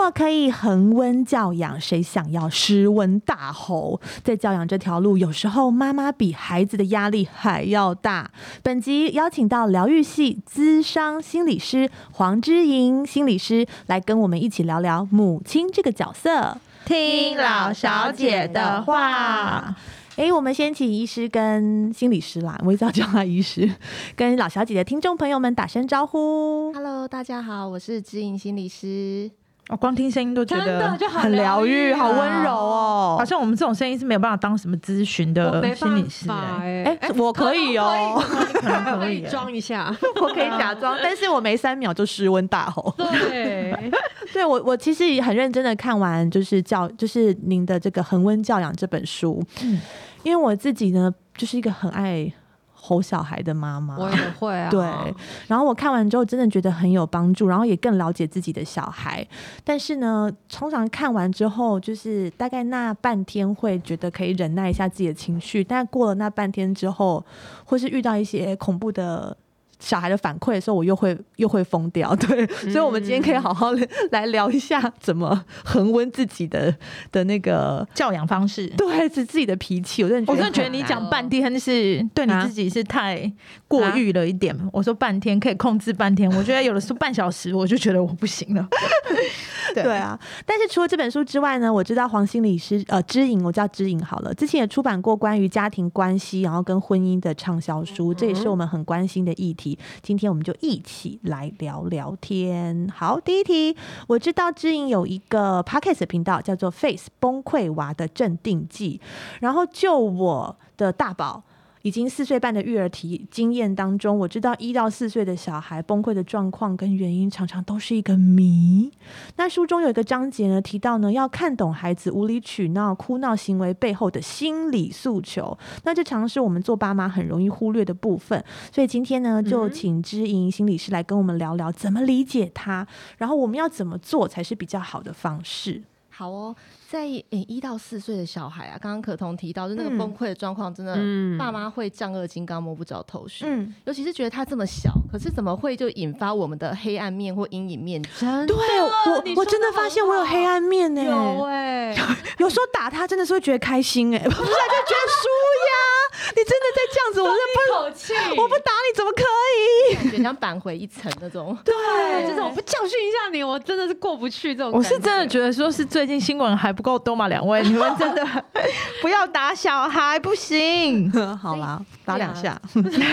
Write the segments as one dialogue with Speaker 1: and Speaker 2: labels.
Speaker 1: 要可以恒温教养，谁想要失温大吼？在教养这条路，有时候妈妈比孩子的压力还要大。本集邀请到疗愈系资商心理师黄之莹心理师来跟我们一起聊聊母亲这个角色。
Speaker 2: 听老小姐的话。
Speaker 1: 诶，我们先请医师跟心理师啦，我一直要叫他医师，跟老小姐的听众朋友们打声招呼。
Speaker 2: Hello，大家好，我是知影心理师。
Speaker 3: 我哦光听声音都觉
Speaker 2: 真的
Speaker 3: 得
Speaker 2: 就好
Speaker 3: 很疗愈，
Speaker 2: 疗愈啊
Speaker 3: 好
Speaker 1: 好
Speaker 3: 温
Speaker 1: 温柔
Speaker 3: 柔
Speaker 1: 哦
Speaker 3: 哦。好！像我们这种声音是没有办法当什么咨询
Speaker 4: 呃
Speaker 3: 的心理师、欸，
Speaker 2: 哎
Speaker 1: 哎、我可以哦、
Speaker 3: 可 能可
Speaker 2: 可
Speaker 3: 以、
Speaker 2: 以
Speaker 3: 欸。
Speaker 2: 装一下。
Speaker 1: 我 可以假装，但是我没三秒就失温大吼。
Speaker 2: 对，
Speaker 1: 对我，我其实也很认真的看完，就是教，就是您的这个《恒温教养》这本书，
Speaker 3: 嗯
Speaker 1: 因为我自己呢，就是一个很爱吼小孩的妈妈。
Speaker 2: 我也会啊。
Speaker 1: 对，然后我看完之后真的觉得很有帮助，然后也更了解自己的小孩。但是呢，通常看完之后，就是大概那半天会觉得可以忍耐一下自己的情绪，但过了那半天之后，或是遇到一些恐怖的。小孩的反馈的时候，我又会又会疯掉， 对，所以，我们今天可以好好地来聊一下怎么恒温自己的的那个
Speaker 3: 教养方式，
Speaker 1: 对自自己的脾气。我真的觉
Speaker 3: 我
Speaker 1: 得
Speaker 3: 真
Speaker 1: 很
Speaker 3: 的觉得你
Speaker 1: 难
Speaker 3: 讲半天是对你
Speaker 1: 啊
Speaker 3: 自己是太过誉了一点。我说半天可以控制半天，我觉得有的时候半小时我就觉得我不行了。对
Speaker 1: 对啊，但是除了这本书之外呢，我知道黄心理师呃知颖，我叫知颖好了，之前也出版过关于家庭关系，然后跟婚姻的畅销书，这也是我们很关心的议题。今天我们就一起来聊聊天。好，第一题，我知道知颖有一个 podcast 频道叫做 Face 崩溃娃的镇定剂，然后就我的大宝。已经四岁半的育儿体经验当中，我知道一到四岁的小孩崩溃的状况跟原因常常都是一个谜。那书中有一个章节呢，提到呢要看懂孩子无理取闹、哭闹行为背后的心理诉求，那这常是我们做爸妈很容易忽略的部分。所以今天
Speaker 2: 嗯
Speaker 1: 呢，就请知莹心理师来跟我们聊聊怎么理解他，然后我们要怎么做才是比较好的方式。
Speaker 4: 好哦，在诶一到四岁的小孩啊，刚刚可彤提到，就那个
Speaker 1: 嗯
Speaker 4: 崩溃的状况，真的、
Speaker 2: 嗯
Speaker 4: 爸妈会丈二金刚摸不着头绪。
Speaker 1: 嗯，
Speaker 4: 尤其是觉得他这么小，可是怎么会就引发我们的黑暗面或阴影面？
Speaker 2: 真
Speaker 1: 对我
Speaker 2: 你
Speaker 1: 我
Speaker 2: 说
Speaker 1: 真的
Speaker 2: 得
Speaker 1: 发
Speaker 2: 很
Speaker 1: 现我有
Speaker 2: 好
Speaker 1: 黑暗面呢、
Speaker 2: 有哎，
Speaker 1: 有时候打他真的是会觉得开心 哎、不是啊就觉得输呀，你真的在这样子，我真的
Speaker 2: 口气，
Speaker 1: 不我不打你怎么可以？
Speaker 4: 感觉想扳回一层那种。
Speaker 2: 对，哦就是我不教训一下你，我真的是过不去这种。
Speaker 3: 我是真的觉得说是最近新闻还不够多嘛，两位你们真的不要打小孩，不行。
Speaker 1: 好啦，打
Speaker 4: 对啊
Speaker 1: 两下。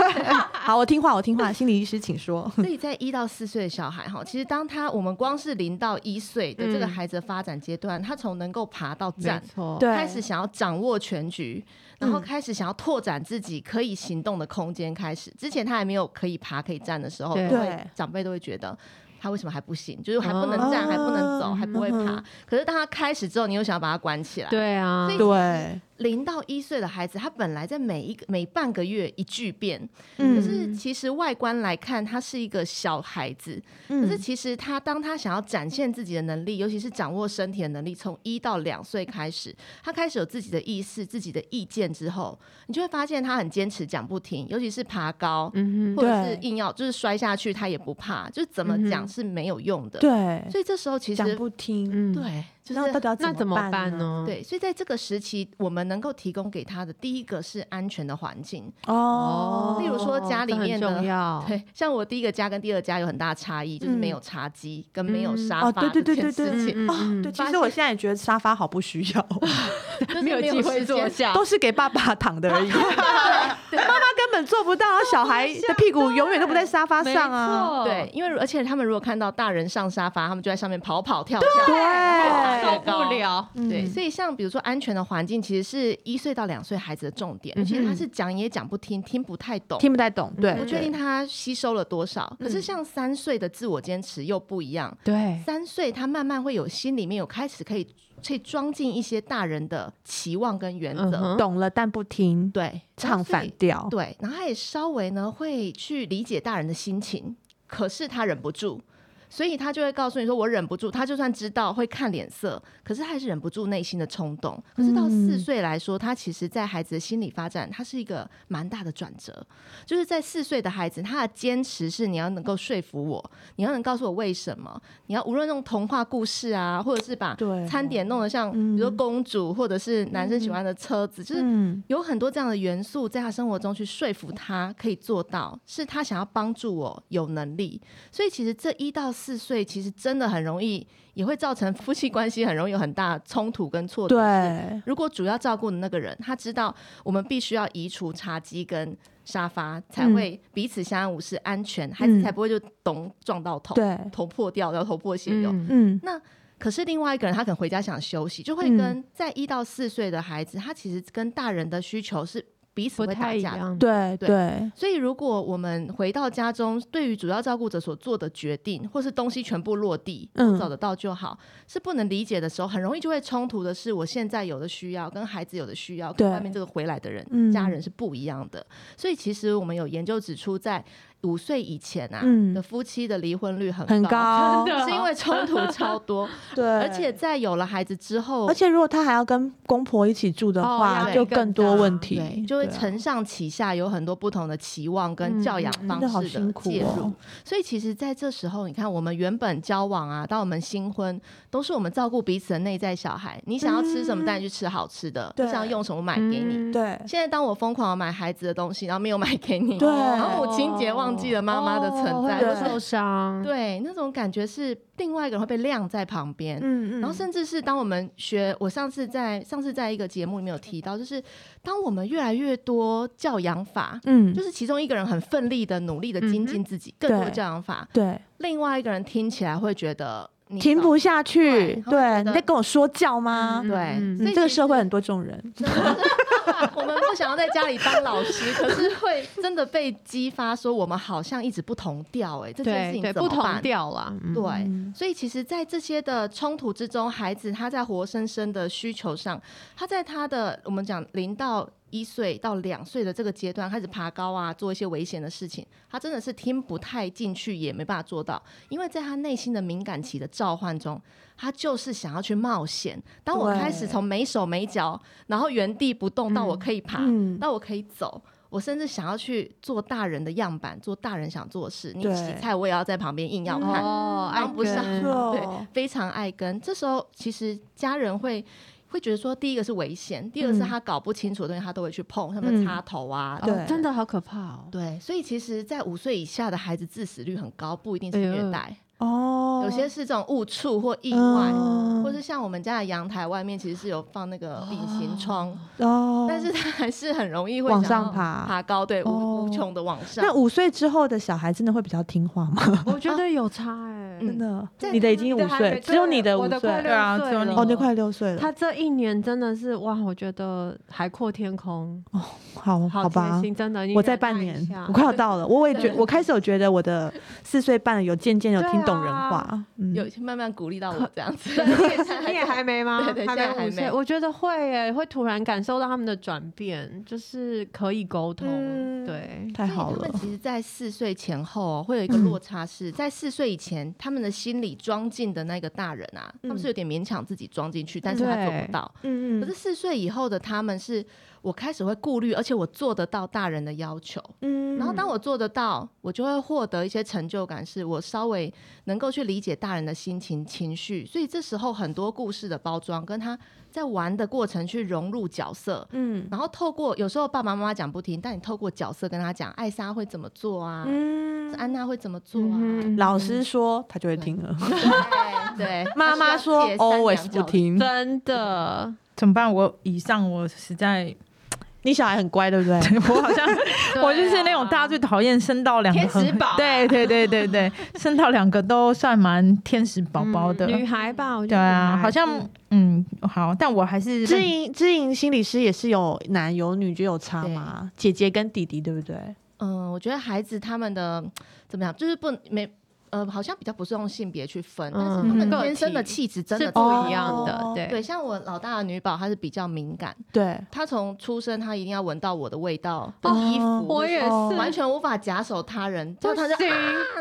Speaker 1: 好，我听话，我听话。心理医师，请说。
Speaker 4: 所以在一到四岁的小孩哈，其实当他我们光是零到一岁的这个孩子的发展阶段，他从能够爬到站，
Speaker 2: 嗯错，
Speaker 1: 对嗯
Speaker 4: 开始想要掌握全局，然后开始想要拓展自己可以行动的空间。开始之前他还没有可以爬可以站的时候，
Speaker 2: 对
Speaker 4: 都会长辈都会觉得。他为什么还不行？就是还不能站，
Speaker 1: 哦
Speaker 4: 还不能走，还不会
Speaker 1: 嗯
Speaker 4: 爬
Speaker 1: 哼。
Speaker 4: 可是当他开始之后，你又想要把他关起来。
Speaker 2: 对啊
Speaker 4: 所以，
Speaker 1: 对，
Speaker 4: 零到一岁的孩子，他本来在每一个每半个月一巨变，可
Speaker 1: 嗯
Speaker 4: 是其实外观来看，他是一个小孩子。可是
Speaker 1: 嗯，
Speaker 4: 其实他当他想要展现自己的能力，尤其是掌握身体的能力，从一到两岁开始，他开始有自己的意识、自己的意见之后，你就会发现他很坚持讲不停，尤其是爬高。
Speaker 2: 嗯
Speaker 4: 或
Speaker 2: 哼，
Speaker 4: 者是
Speaker 1: 对
Speaker 4: 硬要就是摔下去，他也不怕，就是怎么
Speaker 2: 嗯哼
Speaker 4: 讲是没有用的。，
Speaker 1: 对，
Speaker 4: 所以这时候其
Speaker 1: 讲
Speaker 4: 实
Speaker 1: 不听，
Speaker 2: 嗯，
Speaker 4: 对，就是
Speaker 1: 那到底要
Speaker 2: 那怎么办
Speaker 1: 呢？
Speaker 2: 呢？，
Speaker 4: 对，所以在这个时期，我们能够提供给他的第一个是安全的环境，
Speaker 1: 哦，
Speaker 4: 例如说家里
Speaker 2: 这很
Speaker 4: 面的
Speaker 2: 重 要，
Speaker 4: 对，像我第一个家跟第二家有很大差异，就是没有茶几跟没有
Speaker 2: 嗯
Speaker 4: 沙
Speaker 1: 嗯哦，
Speaker 4: 发
Speaker 1: 对对
Speaker 4: 这
Speaker 1: 对
Speaker 4: 件
Speaker 1: 对
Speaker 4: 事
Speaker 1: 对，
Speaker 4: 情，
Speaker 1: 嗯哦，对。其实我现在也觉得沙发好不需 要，
Speaker 4: 就是
Speaker 2: 没有机会
Speaker 4: 时
Speaker 2: 坐
Speaker 4: 间
Speaker 2: 下，
Speaker 1: 都是给爸爸躺的而已。妈妈根本做不到，小孩的屁股永远都不在沙发上啊。
Speaker 4: 对，，因为如而且他们如果看到大人上沙发，他们就在上面跑跑跳跳，
Speaker 1: 对
Speaker 2: 受不了，
Speaker 1: 嗯
Speaker 4: 对，所以像比如说安全的环境，其实是一岁到两岁孩子的重点，其实他是讲也讲不听，听不太懂，
Speaker 1: 嗯听不太懂，对，嗯
Speaker 4: 不确定他吸收了多少。可是像三岁的自我坚持又不一样，
Speaker 1: 哎
Speaker 2: 对，
Speaker 4: 三岁他慢慢会有心里面有开始可以可以装进一些大人的期望跟原
Speaker 2: 嗯
Speaker 4: 则，
Speaker 2: 哼
Speaker 1: 懂了但不听，
Speaker 4: 对，
Speaker 1: 唱反调。
Speaker 4: 对，然后他也稍微呢会去理解大人的心情，可是他忍不住。所以他就会告诉你说，我忍不住。他就算知道会看脸色，可是他还是忍不住内心的冲动。可是到
Speaker 1: 嗯
Speaker 4: 四岁来说，他其实在孩子的心理发展，他是一个蛮大的转折。就是在四岁的孩子，他的坚持是你要能够说服我，你要能告诉我为什么，你要无论用童话故事啊，或者是把
Speaker 1: 对
Speaker 4: 餐点弄得像，比如说
Speaker 1: 嗯
Speaker 4: 公主，或者是男生喜欢的车子，就是
Speaker 1: 嗯，
Speaker 4: 有很多这样的元素在他生活中去说服他可以做到，是他想要帮助我有能力。所以其实这一到四岁其实真的很容易，也会造成夫妻关系很容易有很大的冲突跟挫折。，
Speaker 1: 对，
Speaker 4: 如果主要照顾的那个人他知道我们必须要移除茶几跟沙发，才会
Speaker 1: 嗯
Speaker 4: 彼此相安无事、安全，孩子才不会就咚撞到头，
Speaker 1: 对，
Speaker 4: 头破掉，然后头破血流。
Speaker 1: 嗯，
Speaker 4: 可是另外一个人，他可能回家想休息，就会
Speaker 1: 嗯
Speaker 4: 跟在一到四岁的孩子，他其实跟大人的需求是彼此
Speaker 2: 不
Speaker 4: 会打
Speaker 2: 太一
Speaker 4: 架的。
Speaker 2: 样。
Speaker 1: 对
Speaker 4: 对
Speaker 1: 对，
Speaker 4: 所以，如果我们回到家中，对于主要照顾者所做的决定，或是东西全部落地，
Speaker 1: 嗯
Speaker 4: 都找得到就好，是不能理解的时候，很容易就会冲突的是，我现在有的需要跟孩子有的需要，跟
Speaker 1: 对
Speaker 4: 外面这个回来的人、
Speaker 1: 嗯
Speaker 4: 家人是不一样的。所以，其实我们有研究指出，在五岁以前啊、
Speaker 1: 嗯
Speaker 4: 的夫妻的离婚率很
Speaker 1: 很高，
Speaker 2: 真的
Speaker 4: 是因为冲突 超多。
Speaker 1: 对，
Speaker 4: 而且在有了孩子之后，
Speaker 1: 而且如果他还要跟公婆一起住的
Speaker 2: 哦
Speaker 1: 话，
Speaker 2: 压力
Speaker 1: 就
Speaker 2: 更
Speaker 1: 更多
Speaker 2: 大
Speaker 1: 问
Speaker 4: 对
Speaker 1: 题，
Speaker 4: 就会
Speaker 1: 对啊
Speaker 4: 承上启下，有很多不同的期望跟教养
Speaker 2: 嗯
Speaker 4: 方
Speaker 1: 真的好
Speaker 4: 式
Speaker 1: 辛
Speaker 4: 的
Speaker 1: 苦
Speaker 4: 介入。
Speaker 1: 哦
Speaker 4: 所以其实在这时候，你看我们原本交往啊，到我们新婚，都是我们照顾彼此的内在小孩。你想要吃什么，
Speaker 1: 嗯
Speaker 4: 带你去吃好吃的；
Speaker 1: 对
Speaker 4: 你想要用什么，我买给你。
Speaker 2: 嗯，
Speaker 1: 对
Speaker 4: 现在当我疯狂地买孩子的东西，然后没有买给你，
Speaker 1: 对啊
Speaker 4: 然后母亲节忘记了妈妈的存在，
Speaker 1: 对
Speaker 4: 或
Speaker 2: 哦会
Speaker 4: 是
Speaker 2: 受伤。
Speaker 4: 对那种感觉是另外一个人会被晾在旁边。
Speaker 1: 嗯嗯，
Speaker 4: 然后甚至是当我们学，我上次在上次在一个节目里面有提到，就是当我们越来越多教养法，
Speaker 1: 嗯
Speaker 4: 就，是其中一个人很奋力的努力的精进自己，更多的教养法，
Speaker 1: 对，
Speaker 4: 另外一个人听起来会觉得你
Speaker 1: 停不下去，
Speaker 4: 对他会觉
Speaker 1: 对你
Speaker 4: 得
Speaker 1: 在跟我说教吗？
Speaker 2: 嗯
Speaker 4: 对，
Speaker 2: 嗯
Speaker 4: 所以
Speaker 1: 嗯这个
Speaker 4: 其实
Speaker 1: 社会很多这种人，
Speaker 4: 真的是我们不想要在家里当老师，可是会真的被激发，说我们好像一直不同调、哎，这件事
Speaker 2: 对
Speaker 4: 情
Speaker 2: 对，
Speaker 4: 怎
Speaker 2: 不
Speaker 4: 么
Speaker 2: 同
Speaker 4: 办
Speaker 2: 调啦。嗯
Speaker 4: 对，
Speaker 1: 嗯
Speaker 4: 所以其实，在这些的冲突之中，孩子他在活生生的需求上，他在他的我们讲零到一岁到两岁的这个阶段开始爬高啊，做一些危险的事情，他真的是听不太进去，也没办法做到，因为在他内心的敏感期的召唤中，他就是想要去冒险。当我
Speaker 1: 对
Speaker 4: 开始从没手没脚，然后原地不动到我可以爬，
Speaker 1: 嗯
Speaker 4: 到我可以走。我甚至想要去做大人的样板，做大人想做的事。你
Speaker 1: 对嗯
Speaker 4: 洗菜，我也要在旁边硬要看。
Speaker 2: 哦，爱
Speaker 4: 然后不上
Speaker 2: 跟
Speaker 1: 是哦
Speaker 4: 对，非常爱跟。这时候其实家人会会觉得说，第一个是危险，第二个是
Speaker 1: 嗯
Speaker 4: 他搞不清楚的东西，他都会去碰，他们插头啊。
Speaker 1: 对
Speaker 2: 哦真的好可怕哦。
Speaker 4: 对，所以其实，在五岁以下的孩子致死率很高，不一定是虐待，
Speaker 1: 哦，
Speaker 4: 有些是这种误触或意外，
Speaker 1: 嗯
Speaker 4: 或是像我们家的阳台外面其实是有放那个隐形窗，
Speaker 1: 哦，
Speaker 4: 但是他还是很容易会
Speaker 1: 往
Speaker 4: 想要
Speaker 1: 上爬
Speaker 4: 爬高，对，无、
Speaker 1: 哦
Speaker 4: 无穷的往上
Speaker 1: 那。五岁之后的小孩真的会比较听话吗？
Speaker 2: 我觉得有差哎。
Speaker 4: 嗯
Speaker 1: 真的
Speaker 4: 在，
Speaker 1: 你的已经五岁，只有你的五
Speaker 2: 我的快
Speaker 1: 岁，
Speaker 2: 六
Speaker 3: 对啊
Speaker 2: 岁
Speaker 3: 只有你
Speaker 2: 了
Speaker 1: 哦，你快六岁了，
Speaker 2: 他这一年真的是哇，我觉得海阔天空，
Speaker 1: 哦好好
Speaker 2: 贴
Speaker 1: 吧。
Speaker 2: 心，真的。你
Speaker 1: 我在
Speaker 2: 忍
Speaker 1: 半
Speaker 2: 耐一
Speaker 1: 年
Speaker 2: 下，
Speaker 1: 我快要到了。我也觉，我开始有觉得我的四岁半有渐渐有
Speaker 2: 对
Speaker 1: 听懂人
Speaker 2: 啊
Speaker 1: 话，嗯，
Speaker 4: 有慢慢鼓励到我这样子，
Speaker 2: 你也还没吗？
Speaker 4: 对对现
Speaker 2: 还
Speaker 4: 在
Speaker 2: 没
Speaker 4: 还
Speaker 2: 五岁，
Speaker 4: 没
Speaker 2: 我觉得会耶，会突然感受到他们的转变，就是可以沟通，
Speaker 1: 嗯
Speaker 2: 对，
Speaker 1: 太好
Speaker 4: 所以
Speaker 1: 了嗯
Speaker 4: 他们，其实，在四岁前后、哦、会有一个落差是，在四岁以前，他们的心里装进的那个大人啊，他们是有点勉强自己装进去，但是他做
Speaker 2: 对
Speaker 4: 不到。
Speaker 1: 嗯
Speaker 4: 可是四岁以后的他们是，我开始会顾虑，而且我做得到大人的要求。
Speaker 1: 嗯
Speaker 4: 然后当我做得到，我就会获得一些成就感，是我稍微能够去理解大人的心情、情绪。所以这时候很多故事的包装，跟他在玩的过程去融入角色，
Speaker 1: 嗯
Speaker 4: 然后透过有时候爸爸妈妈讲不听，但你透过角色跟他讲，艾莎会怎么做啊？
Speaker 1: 嗯，
Speaker 4: 安娜会怎么做啊？
Speaker 1: 老师说他就会听了，
Speaker 4: 对对，
Speaker 1: 妈妈说
Speaker 4: 她需要借三
Speaker 1: always
Speaker 4: 两
Speaker 1: 不
Speaker 4: 角
Speaker 1: 听。
Speaker 2: 真的，
Speaker 3: 怎么办？我以上我实在，
Speaker 1: 你小孩很乖，对不对？
Speaker 3: 我好像
Speaker 2: 对啊
Speaker 3: 我就是那种大家最讨厌生到两个
Speaker 4: 天使
Speaker 3: 很
Speaker 4: 宝啊
Speaker 3: 对对对 对对，生到两个都算蛮天使宝宝
Speaker 4: 嗯
Speaker 3: 的。
Speaker 2: 啊嗯女孩吧，我觉
Speaker 3: 对
Speaker 2: 得
Speaker 3: 啊，
Speaker 2: 女孩
Speaker 3: 好像
Speaker 2: 是
Speaker 3: 嗯好，但我还是
Speaker 1: 知莹，知莹心理师也是有男有女，就有差嘛。姐姐跟弟弟，对不对？
Speaker 4: 嗯，我觉得孩子他们的怎么样，就是不没呃，好像比较不是用性别去分，但是他们
Speaker 2: 嗯
Speaker 4: 天生的气质真的
Speaker 2: 是
Speaker 4: 不
Speaker 2: 不一样
Speaker 1: 哦
Speaker 2: 的，
Speaker 4: 对，
Speaker 2: 对，
Speaker 4: 像我老大的女宝，她是比较敏感，
Speaker 1: 对，
Speaker 4: 她从出生她一定要闻到我的味道的
Speaker 1: 哦
Speaker 4: 衣服，
Speaker 2: 我也
Speaker 1: 哦
Speaker 2: 是，
Speaker 4: 完全无法假手他人，
Speaker 2: 不
Speaker 4: 叫她就啊
Speaker 2: 行，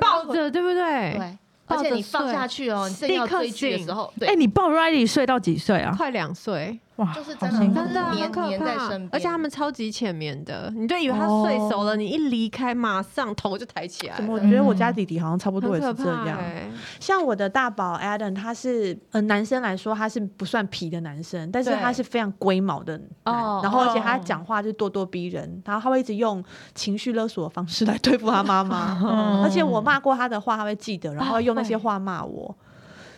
Speaker 2: 抱着对不对？
Speaker 4: 对，而
Speaker 2: 抱
Speaker 4: 且
Speaker 2: 着
Speaker 4: 你放
Speaker 2: 睡
Speaker 4: 下去哦，你正
Speaker 2: 立
Speaker 4: 要
Speaker 2: 刻
Speaker 4: 追剧的时
Speaker 2: 醒
Speaker 4: 候，
Speaker 3: 哎，
Speaker 4: 对，
Speaker 3: 你抱 Riley 睡到几岁啊？
Speaker 2: 快两岁，
Speaker 3: 哇，
Speaker 4: 就是
Speaker 3: 好
Speaker 4: 真的
Speaker 3: 辛苦
Speaker 4: 真的
Speaker 2: 真的
Speaker 4: 啊
Speaker 2: 很
Speaker 4: 黏
Speaker 2: 可
Speaker 4: 黏在
Speaker 2: 怕
Speaker 4: 身，
Speaker 2: 而且
Speaker 4: 边
Speaker 2: 他们超级浅眠的，你就以为他睡熟了，你一离开马上头就抬起来
Speaker 1: 哦怎么？我
Speaker 2: 了，
Speaker 1: 觉得我家弟弟好像差不多
Speaker 2: 很
Speaker 1: 也
Speaker 2: 可
Speaker 1: 是这
Speaker 2: 怕
Speaker 1: 样。
Speaker 2: 欸。
Speaker 1: 像我的大宝 Adam，他是呃男生来说他是不算皮的男生，但是
Speaker 2: 对
Speaker 1: 他是非常龟毛的男
Speaker 2: 哦
Speaker 1: 然后而且他
Speaker 2: 哦
Speaker 1: 讲话就咄咄逼人，然后他会一直用情绪勒索的方式来对付他妈 妈，而且我骂过他的话他会记得，然后用那
Speaker 2: 啊
Speaker 1: 些话骂我。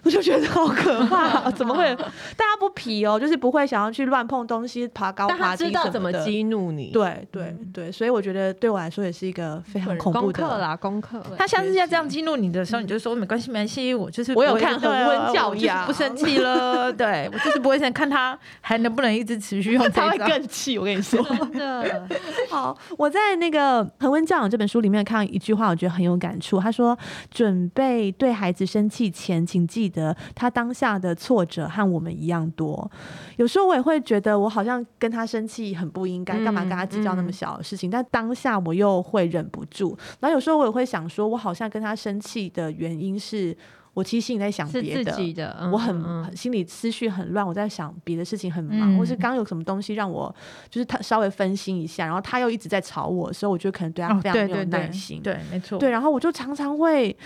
Speaker 1: 我就觉得好可怕，怎么 会？但他不皮哦，就是不会想要去乱碰东西、爬高
Speaker 2: 但
Speaker 1: 爬
Speaker 2: 他
Speaker 1: 低
Speaker 2: 知
Speaker 1: 什
Speaker 2: 道怎么
Speaker 1: 的。
Speaker 2: 激怒你，，
Speaker 1: 对对对，所以我觉得对我来说也是一个非常恐怖
Speaker 2: 功
Speaker 1: 的
Speaker 2: 课啦，功课。
Speaker 3: 他下次要这样激怒你的时候，你就说没关系，没关系，我就是
Speaker 1: 我有
Speaker 3: 不会
Speaker 1: 看
Speaker 3: 对
Speaker 1: 恒温
Speaker 3: 我
Speaker 1: 教
Speaker 3: 就是
Speaker 1: 养
Speaker 3: 不生 气了。对我就是不会生，看他还能不能一直持续用这
Speaker 1: 他
Speaker 3: 一
Speaker 1: 会
Speaker 3: 招。哦
Speaker 1: 更气。我跟你说，
Speaker 2: 真的，
Speaker 1: 好，我在那个《恒温教养》这本书里面看到一句话，我觉得很有感触。他说：“准备对孩子生气前，请记得他当下的挫折和我们一样多。有时候我也会觉得我好像跟他生气很不应该，干嘛跟他计较
Speaker 2: 嗯
Speaker 1: 那么小的事情？但当下我又会忍不住。然后有时候我也会想说，我好像跟他生气的原因是我其实心里在想
Speaker 2: 是
Speaker 1: 别
Speaker 2: 自
Speaker 1: 的，
Speaker 2: 己的，嗯
Speaker 1: 我很
Speaker 2: 嗯嗯
Speaker 1: 很心里思绪很乱，我在想别的事情很忙，
Speaker 3: 嗯
Speaker 1: 或是刚有什么东西让我就是他稍微分心一下，然后他又一直在吵我的时候，我就可能对他
Speaker 3: 哦，
Speaker 1: 非常
Speaker 3: 对
Speaker 1: 没有
Speaker 3: 对
Speaker 1: 耐
Speaker 3: 对
Speaker 1: 心，，
Speaker 3: 对，没错，
Speaker 1: 对然后我就常常会。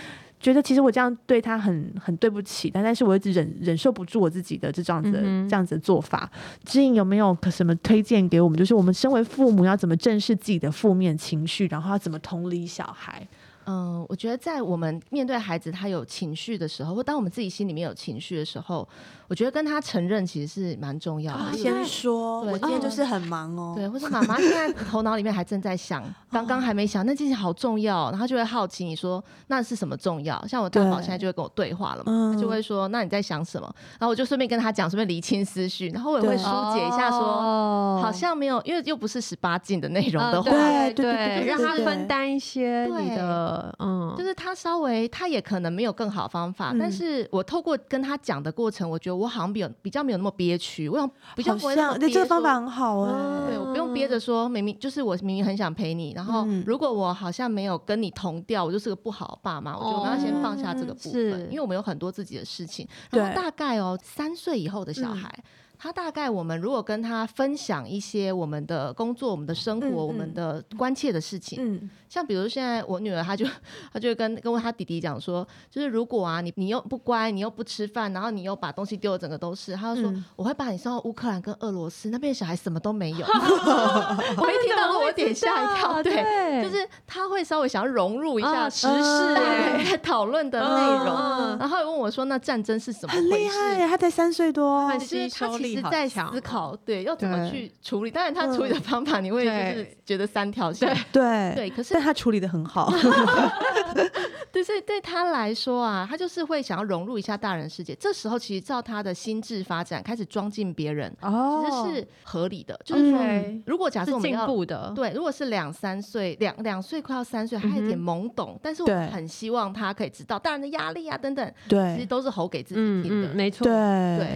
Speaker 1: 觉得其实我这样对他很很对不起，但但是我一直忍忍受不住我自己的这这样子的、
Speaker 2: 嗯哼
Speaker 1: 这样子的做法。知颖有没有可什么推荐给我们？就是我们身为父母要怎么正视自己的负面情绪，然后要怎么同理小孩？
Speaker 4: 嗯，我觉得在我们面对孩子他有情绪的时候，或当我们自己心里面有情绪的时候，我觉得跟他承认其实是蛮重要的。
Speaker 2: 啊
Speaker 1: 先说，
Speaker 4: 对
Speaker 1: 我今天
Speaker 4: 嗯
Speaker 1: 就是很忙哦。
Speaker 4: 对，或是妈妈现在头脑里面还正 在想，刚刚还没想，那件事情好重要，哦然后就会好奇你说那是什么重要？像我大宝
Speaker 1: 对
Speaker 4: 现在就会跟我对话了嘛，
Speaker 1: 嗯
Speaker 4: 他就会说那你在想什么？然后我就顺便跟他讲，顺便厘清思绪，然后我也
Speaker 1: 对
Speaker 4: 会疏解一下说。
Speaker 2: 哦
Speaker 4: 好像没有，因为又不是十八禁的内容的
Speaker 2: 嗯
Speaker 4: 话，
Speaker 1: 对对
Speaker 2: 对
Speaker 1: 对对
Speaker 2: 让
Speaker 1: 对
Speaker 2: 他
Speaker 1: 对
Speaker 2: 分担一些
Speaker 4: 对
Speaker 2: 你的，嗯，
Speaker 4: 就是他稍微他也可能没有更好的方法，
Speaker 1: 嗯
Speaker 4: 但是我透过跟他讲的过程，我觉得我好像比有比较没有那么憋屈，我想比较
Speaker 1: 好
Speaker 4: 不会那
Speaker 1: 像
Speaker 4: 么
Speaker 1: 那
Speaker 4: 憋
Speaker 1: 这个方法
Speaker 4: 说。
Speaker 1: 很好哎、
Speaker 2: 嗯
Speaker 4: 对，我不用憋着说，明明就是我明明很想陪你，然后
Speaker 1: 嗯
Speaker 4: 如果我好像没有跟你同调，我就是个不好的爸妈，我觉得我们要先放下这个部分，
Speaker 2: 哦是
Speaker 4: 因为我们有很多自己的事情。
Speaker 1: 对嗯
Speaker 4: 然后大概哦，三岁以后的小孩，他大概我们如果跟他分享一些我们的工作、我们的生活、
Speaker 1: 嗯嗯
Speaker 4: 我们的关切的事情，
Speaker 1: 嗯，
Speaker 4: 像比如现在我女儿，她就她就会跟跟她弟弟讲说，就是如果啊你你又不乖，你又不吃饭，然后你又把东西丢的整个都是，她就说、
Speaker 1: 嗯
Speaker 4: 我会把你送到乌克兰跟俄罗斯那边，小孩什么都没 有。我一听到我有点吓一跳，对。
Speaker 2: 哦对
Speaker 4: 就是她会稍微想要融入一下
Speaker 2: 啊
Speaker 4: 时
Speaker 1: 时
Speaker 4: 事
Speaker 1: 事
Speaker 4: 大
Speaker 1: 哎
Speaker 4: 人在讨论的内容，
Speaker 2: 嗯嗯嗯嗯
Speaker 4: 然后还问我说：“那战争是怎么
Speaker 1: 很
Speaker 4: 回
Speaker 1: 厉
Speaker 4: 事？”
Speaker 1: 害耶，他才三岁多
Speaker 2: 啊他，
Speaker 4: 就
Speaker 2: 们
Speaker 4: 是他
Speaker 2: 吸收
Speaker 4: 其
Speaker 2: 力
Speaker 4: 实
Speaker 2: 好
Speaker 4: 在
Speaker 2: 强
Speaker 4: 思
Speaker 2: 哦
Speaker 4: 考，对，要怎么
Speaker 2: 对嗯
Speaker 4: 去处理。当然，他处理的方法，你会就是
Speaker 2: 对
Speaker 4: 觉得三条线，
Speaker 1: 对
Speaker 4: 对。可是
Speaker 1: 但他处理的很好，
Speaker 4: 对，所以对他来说啊，他就是会想要融入一下大人世界。这时候其实照他的心智发展，开始装进别人，
Speaker 2: 哦，
Speaker 4: 其实是合理的。就是
Speaker 1: 嗯
Speaker 4: 说，
Speaker 2: 对，
Speaker 4: 如果假设我
Speaker 2: 是
Speaker 4: 们
Speaker 2: 进
Speaker 4: 要
Speaker 2: 步的，
Speaker 4: 对，如果是两三岁，两两岁快要三岁，还有点
Speaker 2: 嗯
Speaker 4: 懵懂，但是我们
Speaker 1: 对
Speaker 4: 很希望他可以知道大人的压力啊等等，其实
Speaker 1: 对
Speaker 4: 都是吼给自己
Speaker 2: 嗯
Speaker 4: 听的。
Speaker 2: 嗯，没错，
Speaker 4: 对，